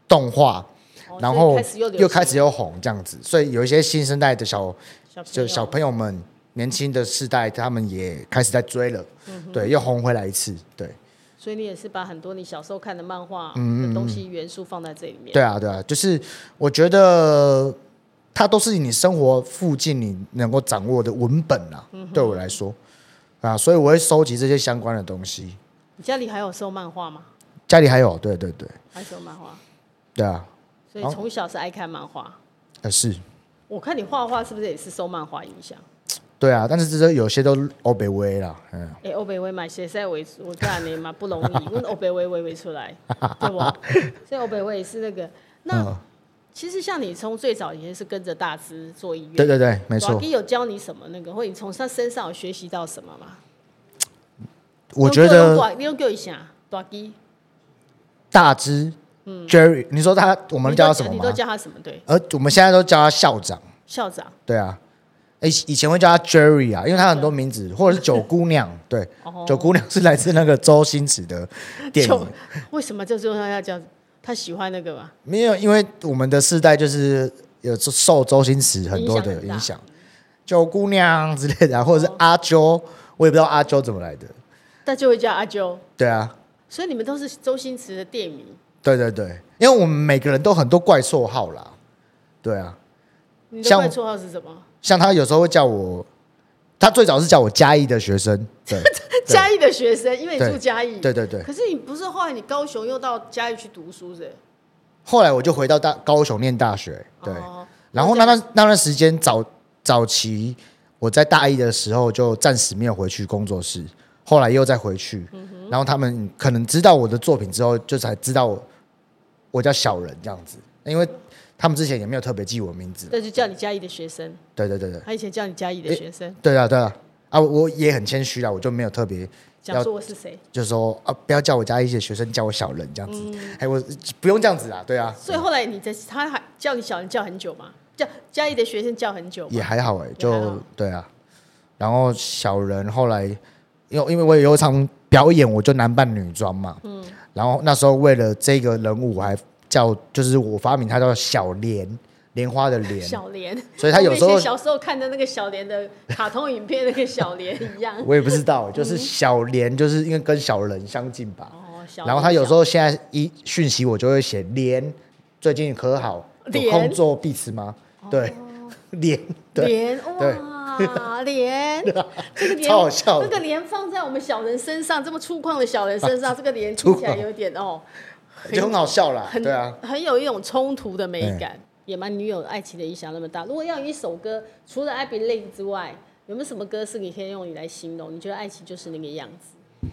Speaker 1: 动画，
Speaker 2: 哦
Speaker 1: 然
Speaker 2: 所以
Speaker 1: 后
Speaker 2: 开始又流
Speaker 1: 又
Speaker 2: 行
Speaker 1: 开始又红这样子，所以有一些新生代的小
Speaker 2: 小朋
Speaker 1: 就
Speaker 2: 友
Speaker 1: 小朋友们、年轻的世代，他们也开始在追了，
Speaker 2: 嗯
Speaker 1: 对，又红回来一次，对。
Speaker 2: 所以你也是把很多你小时候看的漫画的东西元素放在这里面。
Speaker 1: 嗯对啊，对啊，就是我觉得它都是你生活附近你能够掌握的文本啊，
Speaker 2: 嗯
Speaker 1: 对我来说啊，所以我会收集这些相关的东西。
Speaker 2: 你家里还有收漫画吗？
Speaker 1: 家里还有，对对对，
Speaker 2: 还收漫画，
Speaker 1: 对啊，
Speaker 2: 所以
Speaker 1: 好
Speaker 2: 从小是爱看漫画。
Speaker 1: 呃是，
Speaker 2: 我看你画画是不是也是受漫画影 响？
Speaker 1: 对啊，但是这些有些都欧北威啦，嗯，
Speaker 2: 哎、欧北威买写在我我干你嘛不容易，因为欧北威微微出 来，对不？所以欧北威也是那个。那、
Speaker 1: 嗯
Speaker 2: 其实像你从最早以前是跟着大师做音乐，
Speaker 1: 对对对，没
Speaker 2: 老
Speaker 1: 错
Speaker 2: 弟，有啊教你什么那个，或者你从他身上有学习到什么吗？
Speaker 1: 我觉
Speaker 2: 你有给
Speaker 1: 得
Speaker 2: 大你有给我一下，大基，
Speaker 1: 大只 Jerry，你说他我们
Speaker 2: 嗯你
Speaker 1: 叫他
Speaker 2: 都
Speaker 1: 什么
Speaker 2: 你
Speaker 1: 吗
Speaker 2: 都？叫他什么？对，
Speaker 1: 而我们现在都叫他校长，
Speaker 2: 校长。
Speaker 1: 对啊。以以前会叫他 Jerry 啊，因为他很多名字，或者是九姑娘，对，
Speaker 2: 哦
Speaker 1: 九姑娘是来自那个周星驰的电
Speaker 2: 就
Speaker 1: 影，
Speaker 2: 为什么这时候他要叫他喜欢那个吧？
Speaker 1: 没有，因为我们的世代就是有受周星驰很多的
Speaker 2: 影响很大
Speaker 1: 影响，九姑娘之类的啊，或者是阿啾，我也不知道阿啾怎么来的。
Speaker 2: 他就会叫阿啾。
Speaker 1: 对啊，
Speaker 2: 所以你们都是周星驰的电迷，
Speaker 1: 对对对，因为我们每个人都很多怪绰号啦。对啊，
Speaker 2: 你的
Speaker 1: 像
Speaker 2: 怪绰号是什么？
Speaker 1: 像他有时候会叫我，他最早是叫我嘉义的学生，对对
Speaker 2: 嘉义的学生，因为你
Speaker 1: 对
Speaker 2: 住嘉义。
Speaker 1: 对对对。
Speaker 2: 可是你不是后来你高雄又到嘉义去读书是？
Speaker 1: 后来我就回到大高雄念大学，对。
Speaker 2: 哦
Speaker 1: 然后那段那段时间早早期，我在大一的时候就暂时没有回去工作室，后来又再回去。然后他们可能知道我的作品之后，就才知道我我叫小人这样子，因为他们之前也没有特别记我名字。
Speaker 2: 那就叫你嘉义的学生，
Speaker 1: 对对对对，
Speaker 2: 他以前叫你嘉义的学生，
Speaker 1: 对啊对啊啊！我我也很谦虚啦，我就没有特别
Speaker 2: 讲说我是谁。
Speaker 1: 就说啊，不要叫我家一些学生叫我小人这样子。哎、我不用这样子啦，对啊，
Speaker 2: 所以后来你在他还叫你小人叫很久嘛，叫嘉义的学生叫很久
Speaker 1: 也
Speaker 2: 嘛。
Speaker 1: 还好哎、
Speaker 2: 也还好
Speaker 1: 就对啊。然后小人后来，因为因为我有一场表演，我就男扮女装嘛，嗯，然后那时候为了这个人物，我还叫就是我发明它叫小莲莲花的莲，
Speaker 2: 小莲，
Speaker 1: 所以他有时候
Speaker 2: 我们以前小时候看的那个小莲的卡通影片，那个小莲一样。
Speaker 1: 我也不知道，就是小莲，就是因为跟小人相近吧。
Speaker 2: 哦，小
Speaker 1: 然后他有时
Speaker 2: 候
Speaker 1: 候现在一讯息我就会写莲，最近可好？有
Speaker 2: 莲哦
Speaker 1: 空做必吃吗？对， 莲对。啊
Speaker 2: 莲 哇，莲这个莲
Speaker 1: 超好笑的
Speaker 2: 这个莲放在我们小人身上，这么粗犷的小人
Speaker 1: 啊
Speaker 2: 身上，这个莲听起来有点哦，
Speaker 1: 就很好笑啦，
Speaker 2: 很
Speaker 1: 对啊，
Speaker 2: 很有一种冲突的美
Speaker 1: 哎
Speaker 2: 感。野蛮女友爱情的影响那么大，如果要有一首歌，除了《I Believe》之外，有没有什么歌是你可以用你来形容？你觉得爱情就是那个样子？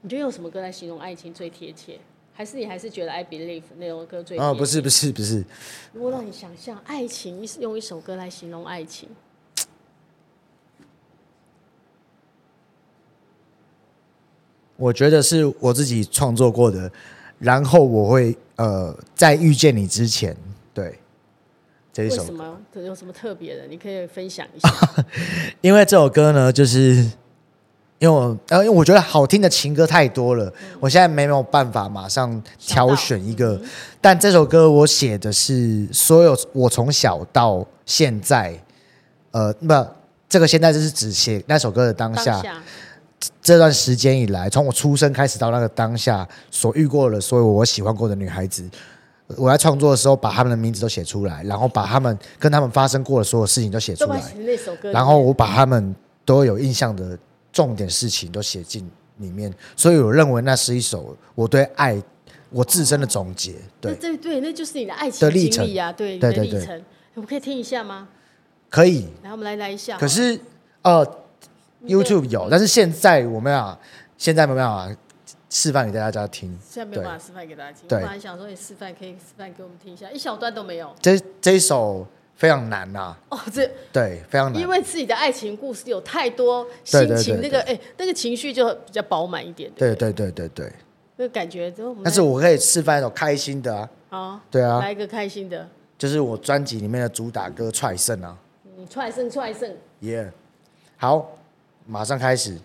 Speaker 2: 你觉得用什么歌来形容爱情最贴切？还是你还是觉得《I Believe》那首歌最贴切？
Speaker 1: 啊，不是不是不是，
Speaker 2: 如果让你想象爱情，一用一首歌来形容爱情，
Speaker 1: 我觉得是我自己创作过的。然后我会呃，在遇见你之前，对这
Speaker 2: 为
Speaker 1: 一首
Speaker 2: 什，么？ 有什么特别的？你可以分享一下。
Speaker 1: 因为这首歌呢，就是因为我呃，因为我觉得好听的情歌太多了，
Speaker 2: 嗯
Speaker 1: 我现在没有办法马上挑选一个。但这首歌我写的是所有我从小到现在，呃，不，这个现在就是指写那首歌的当
Speaker 2: 当
Speaker 1: 下，
Speaker 2: 下
Speaker 1: 这段时间以来，从我出生开始到那个当下所遇过的所有我喜欢过的女孩子，我在创作的时候把她们的名字都写出来，然后把她们跟她们发生过的所有事情都写出
Speaker 2: 都把
Speaker 1: 来。
Speaker 2: 那首歌里面，
Speaker 1: 然后我把他们都有印象的重点事情都写进里面，所以我认为那是一首我对爱我自身的总结。
Speaker 2: 那
Speaker 1: 对，
Speaker 2: 对对，那就是你的爱情
Speaker 1: 的历
Speaker 2: 经历啊，对，你
Speaker 1: 对
Speaker 2: 的
Speaker 1: 对
Speaker 2: 历
Speaker 1: 对
Speaker 2: 程，我们可以听一下吗？
Speaker 1: 可以。
Speaker 2: 来，我们来来一下。
Speaker 1: 可是呃，YouTube 有，但是现在我们啊，现在没有办法示范给大家听。
Speaker 2: 现在没有办法示范给大家听，
Speaker 1: 对
Speaker 2: 我本来想说你哎示范可以示范给我们听一下，一小段都没有。
Speaker 1: 这这一首非常难呐、
Speaker 2: 哦， 这
Speaker 1: 对，非常难
Speaker 2: 因。为自己的爱情故事有太多心
Speaker 1: 对对
Speaker 2: 情，
Speaker 1: 对
Speaker 2: 那个哎，那个情绪就比较饱满一点，
Speaker 1: 对对对对对，
Speaker 2: 那个感觉。就我们
Speaker 1: 但是我可以示范一首开心的啊，
Speaker 2: 好，
Speaker 1: 对啊，
Speaker 2: 来一个开心的，
Speaker 1: 就是我专辑里面的主打歌《踹胜》啊。
Speaker 2: 嗯，出来胜，出来胜，
Speaker 1: 耶、好，马上开始。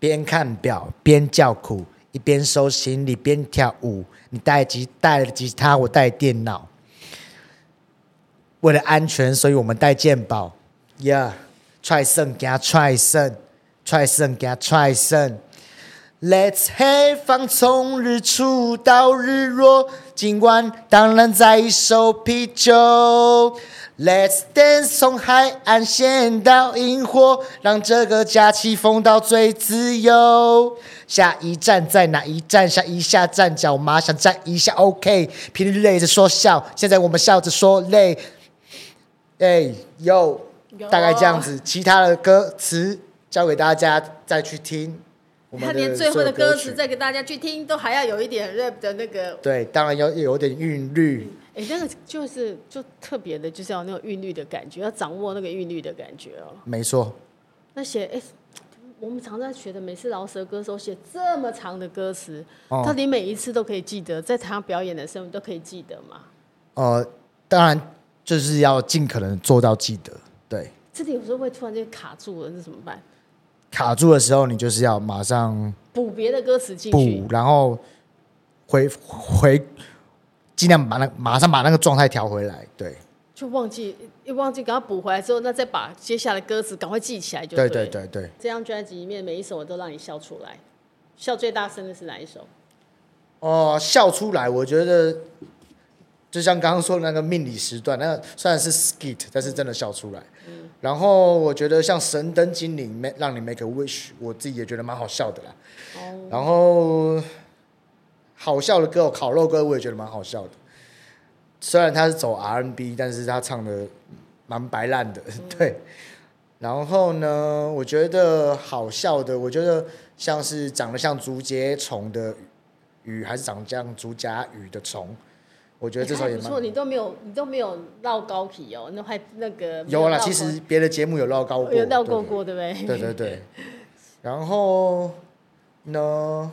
Speaker 1: 边看表边叫苦，一边收行李边跳舞。你带吉带了吉他，我带电脑。为了安全，所以我们带鉴宝。Yeah，踹胜加踹胜，踹胜加踹胜。Let's have fun，从日出到日落，今晚当然再一手啤酒。Let's dance，从海岸线到萤火，让这个假期疯到最自由。下一站在哪一站？下一下站脚麻，想站一下 OK。频率累着说笑，现在我们笑着说累。哎哟
Speaker 2: 有，
Speaker 1: 大概这样子，其他的歌词交给大家再去听。我们
Speaker 2: 他
Speaker 1: 的
Speaker 2: 连最后
Speaker 1: 所
Speaker 2: 的
Speaker 1: 有
Speaker 2: 歌
Speaker 1: 曲
Speaker 2: 词再给大家去听，都还要有一点 rap 的那个，
Speaker 1: 对，当然要有点韵律，
Speaker 2: 哎，那个就是就特别的，就是要有那种韵律的感觉，要掌握那个韵律的感觉哦。
Speaker 1: 没错，
Speaker 2: 那写哎、我们常在学的，每次饶舌歌手写这么长的歌词，
Speaker 1: 哦
Speaker 2: 到底每一次都可以记得，在台上表演的时候你都可以记得吗？
Speaker 1: 呃，当然就是要尽可能做到记得，对，
Speaker 2: 这里有时候会突然间卡住了，那怎么办？
Speaker 1: 卡住的时候你就是要马上
Speaker 2: 补别的歌词进去
Speaker 1: 补，，然后回回，尽量把那马上把那个状态调回来，对，
Speaker 2: 就忘记一忘记，赶快补回来之后，那再把接下来歌词赶快记起来就
Speaker 1: 对
Speaker 2: 对
Speaker 1: 对
Speaker 2: 了。
Speaker 1: 对对，
Speaker 2: 这张专辑里面每一首我都让你笑出来，笑最大声的是哪一首？
Speaker 1: 哦、笑出来，我觉得就像刚刚说的那个命理时段，那个虽然是 skit，但是真的笑出来。然后我觉得像神灯精灵 make 让你 make a wish，我自己也觉得蛮好笑的啦。
Speaker 2: 哦
Speaker 1: 然后好笑的歌，有烤肉歌我也觉得蛮好笑的。虽然他是走 R&B，但是他唱的蛮白烂
Speaker 2: 嗯
Speaker 1: 的， 对。然后呢，我觉得好笑的，我觉得像是长得像竹节虫的鱼，还是长得像竹夹鱼的虫，我觉得这首
Speaker 2: 哎还
Speaker 1: 也
Speaker 2: 不错，
Speaker 1: 蛮
Speaker 2: 你都没有你都没有绕高体哦，那还那个没
Speaker 1: 有啦。
Speaker 2: 绕
Speaker 1: 其
Speaker 2: 过哦
Speaker 1: 实别的节目有绕高过，
Speaker 2: 有绕
Speaker 1: 对对
Speaker 2: 过过，对不对？
Speaker 1: 对对对。然后呢，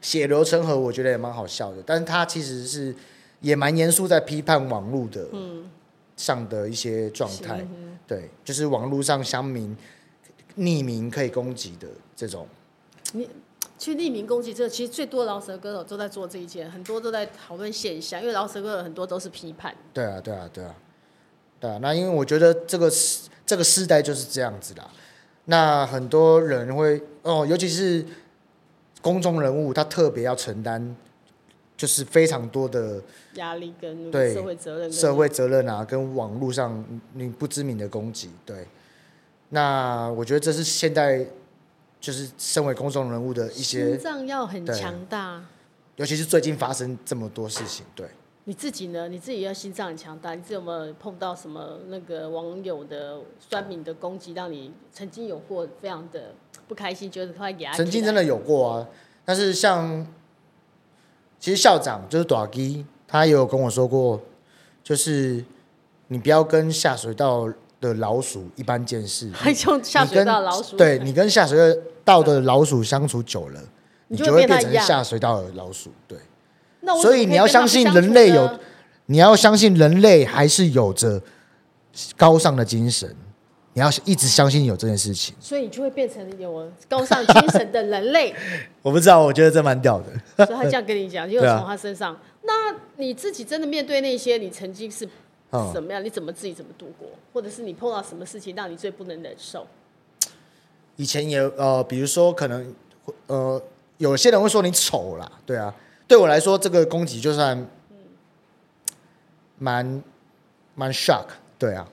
Speaker 1: 血流成河，我觉得也蛮好笑的，但是他其实是也蛮严肃在批判网络的，上的一些状态，对，就是网络上乡民匿名可以攻击的这种，
Speaker 2: 去匿名攻击这个，其实最多饶舌歌手都在做这一件，很多都在讨论现象，因为饶舌歌手很多都是批判。
Speaker 1: 对啊，对啊，对啊，对啊。那因为我觉得这个时这个时代就是这样子啦，那很多人会哦，尤其是公众人物，他特别要承担。就是非常多的
Speaker 2: 压力跟那个
Speaker 1: 对
Speaker 2: 社会责任跟
Speaker 1: 社会责任啊，跟网络上你不知名的攻击，对。那我觉得这是现代，就是身为公众人物的一
Speaker 2: 心
Speaker 1: 些，
Speaker 2: 脏要很
Speaker 1: 对
Speaker 2: 强大。
Speaker 1: 尤其是最近发生这么多事情，对。
Speaker 2: 你自己呢？你自己要心脏很强大。你自己有没有碰到什么那个网友的酸民的攻击，让你曾经有过非常的不开心，觉得快牙？
Speaker 1: 曾经真的有过啊，但是像其实校长就是短基，他也有跟我说过，就是你不要跟下水道的老鼠一般见识，
Speaker 2: 还就 下
Speaker 1: 你
Speaker 2: 水
Speaker 1: 跟
Speaker 2: 道老鼠，
Speaker 1: 对你跟下水道的老鼠相处久了，你
Speaker 2: 你就
Speaker 1: 就
Speaker 2: 会
Speaker 1: 会
Speaker 2: 变
Speaker 1: 变
Speaker 2: 它
Speaker 1: 成
Speaker 2: 一样
Speaker 1: 下水道的老鼠，对。
Speaker 2: 那我
Speaker 1: 所以
Speaker 2: 怎么可
Speaker 1: 你要
Speaker 2: 跟他
Speaker 1: 相
Speaker 2: 们
Speaker 1: 信
Speaker 2: 相
Speaker 1: 人
Speaker 2: 处
Speaker 1: 类
Speaker 2: 呢
Speaker 1: 有你要相信人类还是有着高尚的精神，你要一直相信有这件事情。
Speaker 2: 所以你就会变成有高尚精神的人 类。
Speaker 1: 我不知道，我觉得这蛮屌的。
Speaker 2: 所以他这样跟你讲，就
Speaker 1: 对啊
Speaker 2: 从他身上。那你自己真的面对那些你曾经是
Speaker 1: 嗯
Speaker 2: 怎么样？你怎么自己怎么度过？或者是你碰到什么事情让你最不能忍受？
Speaker 1: 以前也呃，比如说可能呃，有些人会说你丑啦，对啊，对我来说这个攻击就算蛮蛮 shock，对啊。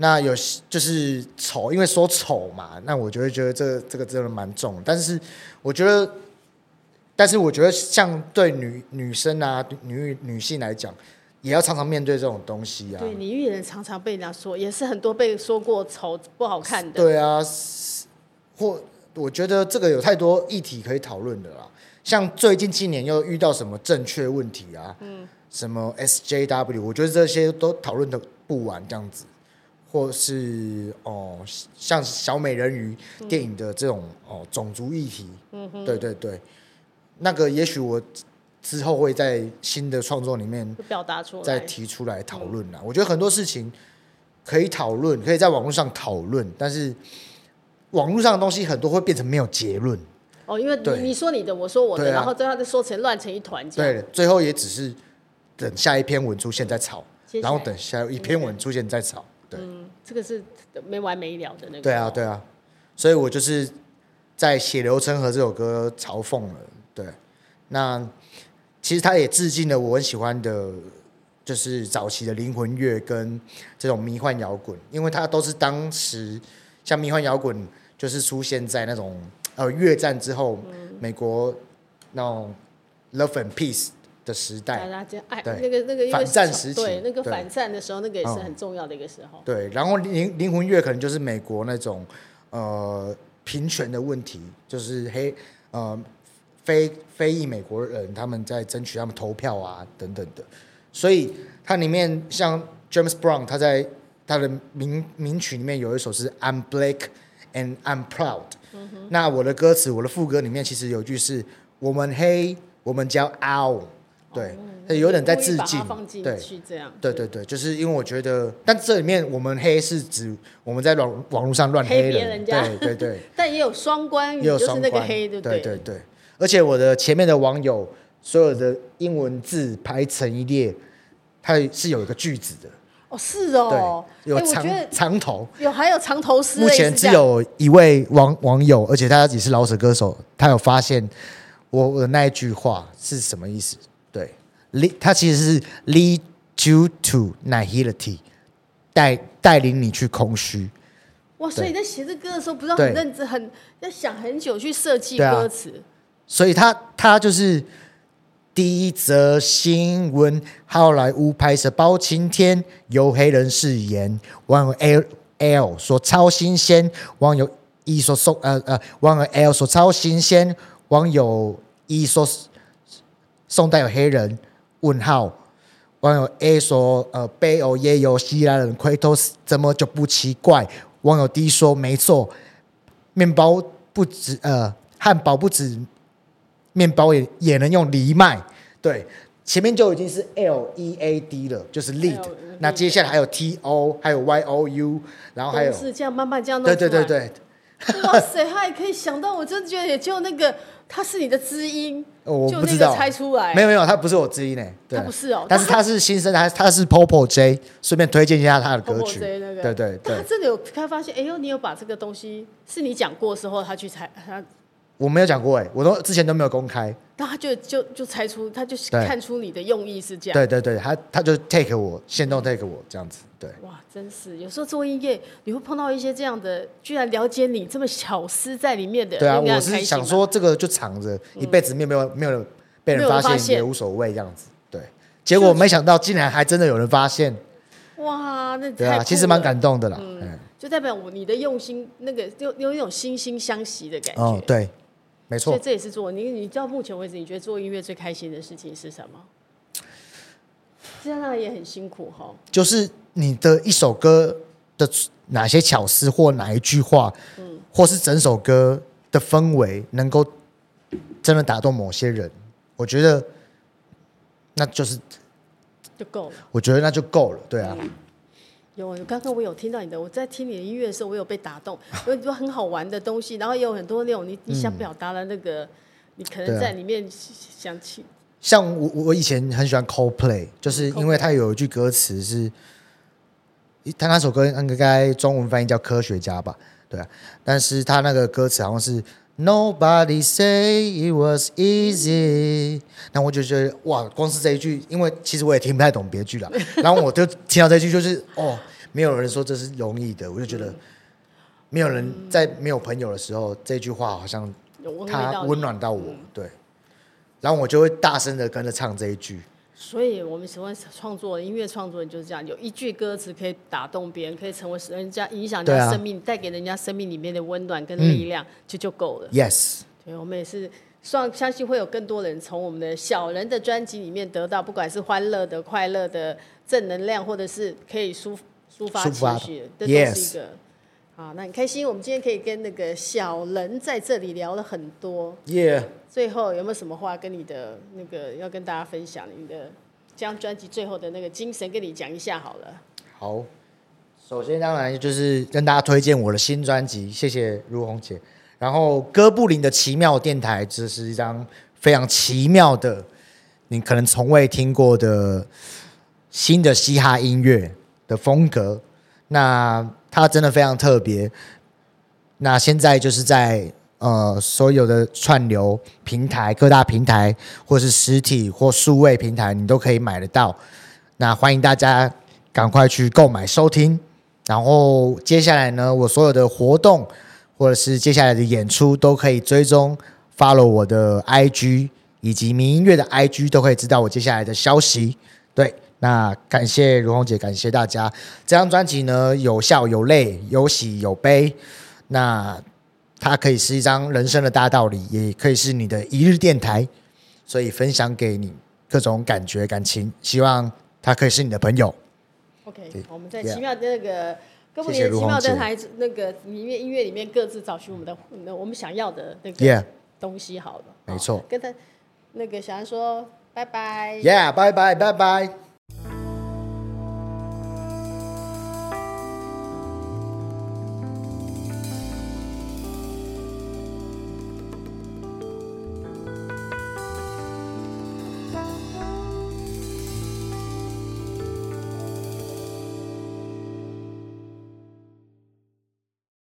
Speaker 1: 那有些就是丑，因为说丑嘛，那我就会觉得这这个真的蛮重，但是我觉得，但是我觉得像对女女生啊、女女性来讲，也要常常面对这种东西啊。
Speaker 2: 对你艺人常常被人家说，也是很多被说过丑不好看的。
Speaker 1: 对啊，是或我觉得这个有太多议题可以讨论的啦。像最近近年又遇到什么正确问题啊，什么 SJW，我觉得这些都讨论的不完这样子，或是哦，像小美人鱼电影的这种、哦种族议题，
Speaker 2: 嗯
Speaker 1: 对对对，那个也许我之后会在新的创作里面
Speaker 2: 就表达出
Speaker 1: 再
Speaker 2: 来。
Speaker 1: 提出来讨论啦。我觉得很多事情可以讨论，可以在网络上讨论，但是网络上的东西很多会变成没有结论，
Speaker 2: 哦，因为你
Speaker 1: 对
Speaker 2: 你说你的，我说我的，
Speaker 1: 对啊
Speaker 2: 然后最后就说成乱成一团这样。
Speaker 1: 对，最后也只是等下一篇文出现再吵，
Speaker 2: 接下来
Speaker 1: 然后等下一篇文出现再吵，对，
Speaker 2: 嗯，这个是没完没了的那个。
Speaker 1: 对啊，对啊，所以我就是在《血流成河》这首歌嘲讽了，对，那其实他也致敬了我很喜欢的，就是早期的灵魂乐跟这种迷幻摇滚，因为它都是当时像迷幻摇滚就是出现在那种呃越战之后、
Speaker 2: 嗯
Speaker 1: 美国那种 love and peace 的时代
Speaker 2: 大，家这样哎，
Speaker 1: 对
Speaker 2: 那个那个因为
Speaker 1: 反战时期
Speaker 2: 对那个
Speaker 1: 对
Speaker 2: 反战的时候，那个也是
Speaker 1: 嗯
Speaker 2: 很重要的一个时候。
Speaker 1: 对，然后灵灵魂乐可能就是美国那种呃平权的问题，就是黑呃非非裔美国人他们在争取他们投票啊等等的，所以它里面像 James Brown 他在他的名名曲里面有一首是 I'm Black and I'm Proud，、那我的歌词我的副歌里面其实有一句是我们黑我们骄傲，对，它有点在致
Speaker 2: 哦故意把它
Speaker 1: 敬
Speaker 2: 放，进
Speaker 1: 对。
Speaker 2: 去这样。
Speaker 1: 对对对，就是因为我觉得，但这里面我们黑是指我们在网网络上乱
Speaker 2: 黑别
Speaker 1: 人，
Speaker 2: 人家
Speaker 1: 对对 对，
Speaker 2: 但也有双关语，
Speaker 1: 也有
Speaker 2: 就是
Speaker 1: 双
Speaker 2: 那个
Speaker 1: 关
Speaker 2: 黑，对不
Speaker 1: 对？对对而且我的前面的网友所有的英文字排成一列，它是有一个句子的，
Speaker 2: 哦，是哦。
Speaker 1: 对，有
Speaker 2: 哎我
Speaker 1: 长、
Speaker 2: 觉得
Speaker 1: 长头。
Speaker 2: 有还有长头诗，
Speaker 1: 目前只有一位网网友，而且他也是老舍歌手，他有发现我我的那一句话是什么意思？对，lead 他其实是 lead you to nihility，带带领你去空虚。
Speaker 2: 哇！所以你在写这歌的时候，不是
Speaker 1: 对
Speaker 2: 很认真，很要想很久去设计
Speaker 1: 对啊
Speaker 2: 歌词。
Speaker 1: 所以他他就是第一则新闻，好莱坞拍摄包青天，由黑人饰演，网友 L L 说超新鲜，网友 E 说送呃呃，网友 L 说超新鲜，网友 E 说宋代有黑人问号。网友 A 说：“呃，北欧也有希腊人盔头，怎么就不奇怪？”网友 D 说：“没错，面包不止呃，汉堡不止面包也也能用藜麦。对，前面就已经是 L E A D 了，就是 lead。
Speaker 2: lead
Speaker 1: 那接下来还有 T O，还有 Y O U，然后还有
Speaker 2: 都是这样慢慢这样弄
Speaker 1: 哎对对
Speaker 2: 出来
Speaker 1: 对对，
Speaker 2: 哇塞，他也可以想到，我真的觉得也就那个他是你的知音，
Speaker 1: 呃我
Speaker 2: 就
Speaker 1: 不
Speaker 2: 那
Speaker 1: 知
Speaker 2: 个
Speaker 1: 道
Speaker 2: 猜出来，
Speaker 1: 没有没有，他不是我之一呢，对
Speaker 2: 他不是哦
Speaker 1: 但是他是新生，他他是 Popo J，顺便推荐一下他的歌曲，
Speaker 2: Popo J 那个
Speaker 1: 对对
Speaker 2: 但
Speaker 1: 对
Speaker 2: 他，真的有他发现，哎呦，你有把这个东西是你讲过的时候，他去猜，他
Speaker 1: 我没有讲过哎，我都之前都没有公开，
Speaker 2: 那他就就就猜出，他就
Speaker 1: 对
Speaker 2: 看出你的用意是这样。
Speaker 1: 对对对，他他就 take 我，现动 take 我这样子，对，
Speaker 2: 哇，真是有时候做音乐，你会碰到一些这样的，居然了解你这么小思在里面的，
Speaker 1: 对啊，
Speaker 2: 应该
Speaker 1: 我
Speaker 2: 很开
Speaker 1: 是
Speaker 2: 心
Speaker 1: 想
Speaker 2: 吧，嗯
Speaker 1: 说这个就藏着，一辈子没有没有没有人被
Speaker 2: 没
Speaker 1: 人
Speaker 2: 有
Speaker 1: 发
Speaker 2: 人发
Speaker 1: 现也
Speaker 2: 现
Speaker 1: 无所谓这样子，对，结果没想到竟然还真的有人发现，
Speaker 2: 哇，那
Speaker 1: 对
Speaker 2: 太
Speaker 1: 啊，
Speaker 2: 酷
Speaker 1: 其实蛮
Speaker 2: 了，
Speaker 1: 感动的啦，嗯，
Speaker 2: 就代表我你的用心，那个有有一种惺惺相惜的感觉。
Speaker 1: 哦对，没
Speaker 2: 所
Speaker 1: 错
Speaker 2: 以，这也是做你，你到目前为止，你觉得做音乐最开心的事情是什么？这样当然也很辛苦哈、
Speaker 1: 就是你的一首歌的哪些巧思或哪一句话，或是整首歌的氛围能够真的打动某些人，我觉得那就是
Speaker 2: 就够了。
Speaker 1: 我觉得那就够了，对啊，
Speaker 2: 有，刚刚我有听到你的，我在听你的音乐的时候，我有被打 动，有很多很好玩的东西，然后也有很多那种你你想表达的那个，你可
Speaker 1: 嗯对
Speaker 2: 能
Speaker 1: 啊
Speaker 2: 在里面想起，
Speaker 1: 像我我我以前很喜欢 Coldplay，就是因为它有一句歌词是，他那首歌应该中文翻译叫《科学家》吧，对、啊，但是他那个歌词好像是 Nobody say it was easy，那我就觉得哇，光是这一句，因为其实我也听不太懂别句了，然后我就听到这句就是哦，没有人说这是容易的，我就觉得没有人在没有朋友的时候，这句话好像
Speaker 2: 有温味
Speaker 1: 他
Speaker 2: 道。
Speaker 1: 温暖到我，对，然后我就会大声的跟着唱这一句，
Speaker 2: 所以我们喜欢创作音乐创作人就是这样，有一句歌词可以打动别人，可以成为人家影响人
Speaker 1: 对啊嗯
Speaker 2: 家生命，带给人家生命里面的温暖跟力量，就就够了。
Speaker 1: Yes，
Speaker 2: 对，我们也是。算相信会有更多人从我们的小人的专辑里面得到，不管是欢乐的、快乐的、正能量，或者是可以抒抒发
Speaker 1: 抒发
Speaker 2: 情绪
Speaker 1: 的，
Speaker 2: 这都是
Speaker 1: Yes
Speaker 2: 一个。好，那很开心，我们今天可以跟那个小人在这里聊了很多。
Speaker 1: 耶、
Speaker 2: 最后有没有什么话跟你的那个要跟大家分享？你的这张专辑最后的那个精神，跟你讲一下好了。
Speaker 1: 好，首先当然就是跟大家推荐我的新专辑，谢谢如红姐。然后哥布林的奇妙电台，这是一张非常奇妙的，你可能从未听过的新的嘻哈音乐的风格。那它真的非常特别。那现在就是在呃所有的串流平台、各大平台，或是实体或数位平台，你都可以买得到。那欢迎大家赶快去购买收听。然后接下来呢，我所有的活动或者是接下来的演出都可以追踪 follow 我的 IG 以及民音乐的 IG，都可以知道我接下来的消息。对，那感谢如红姐，感谢大家。这张专辑呢，有笑有泪，有喜有悲。那它可以是一张人生的大道理，也可以是你的一日电台，所以分享给你各种感觉、感情，希望它可以是你的朋友。
Speaker 2: OK，
Speaker 1: 对
Speaker 2: 我们在
Speaker 1: Yeah
Speaker 2: 奇妙的那个哥布
Speaker 1: 谢谢
Speaker 2: 林的
Speaker 1: 如
Speaker 2: 奇
Speaker 1: 虹
Speaker 2: 妙
Speaker 1: 姐
Speaker 2: 的台那个里面音乐里面各自找寻我们的那我们想要的那个
Speaker 1: Yeah
Speaker 2: 东西好了。
Speaker 1: 没错
Speaker 2: 好跟他那个小安说拜拜。
Speaker 1: Yeah，拜拜拜拜。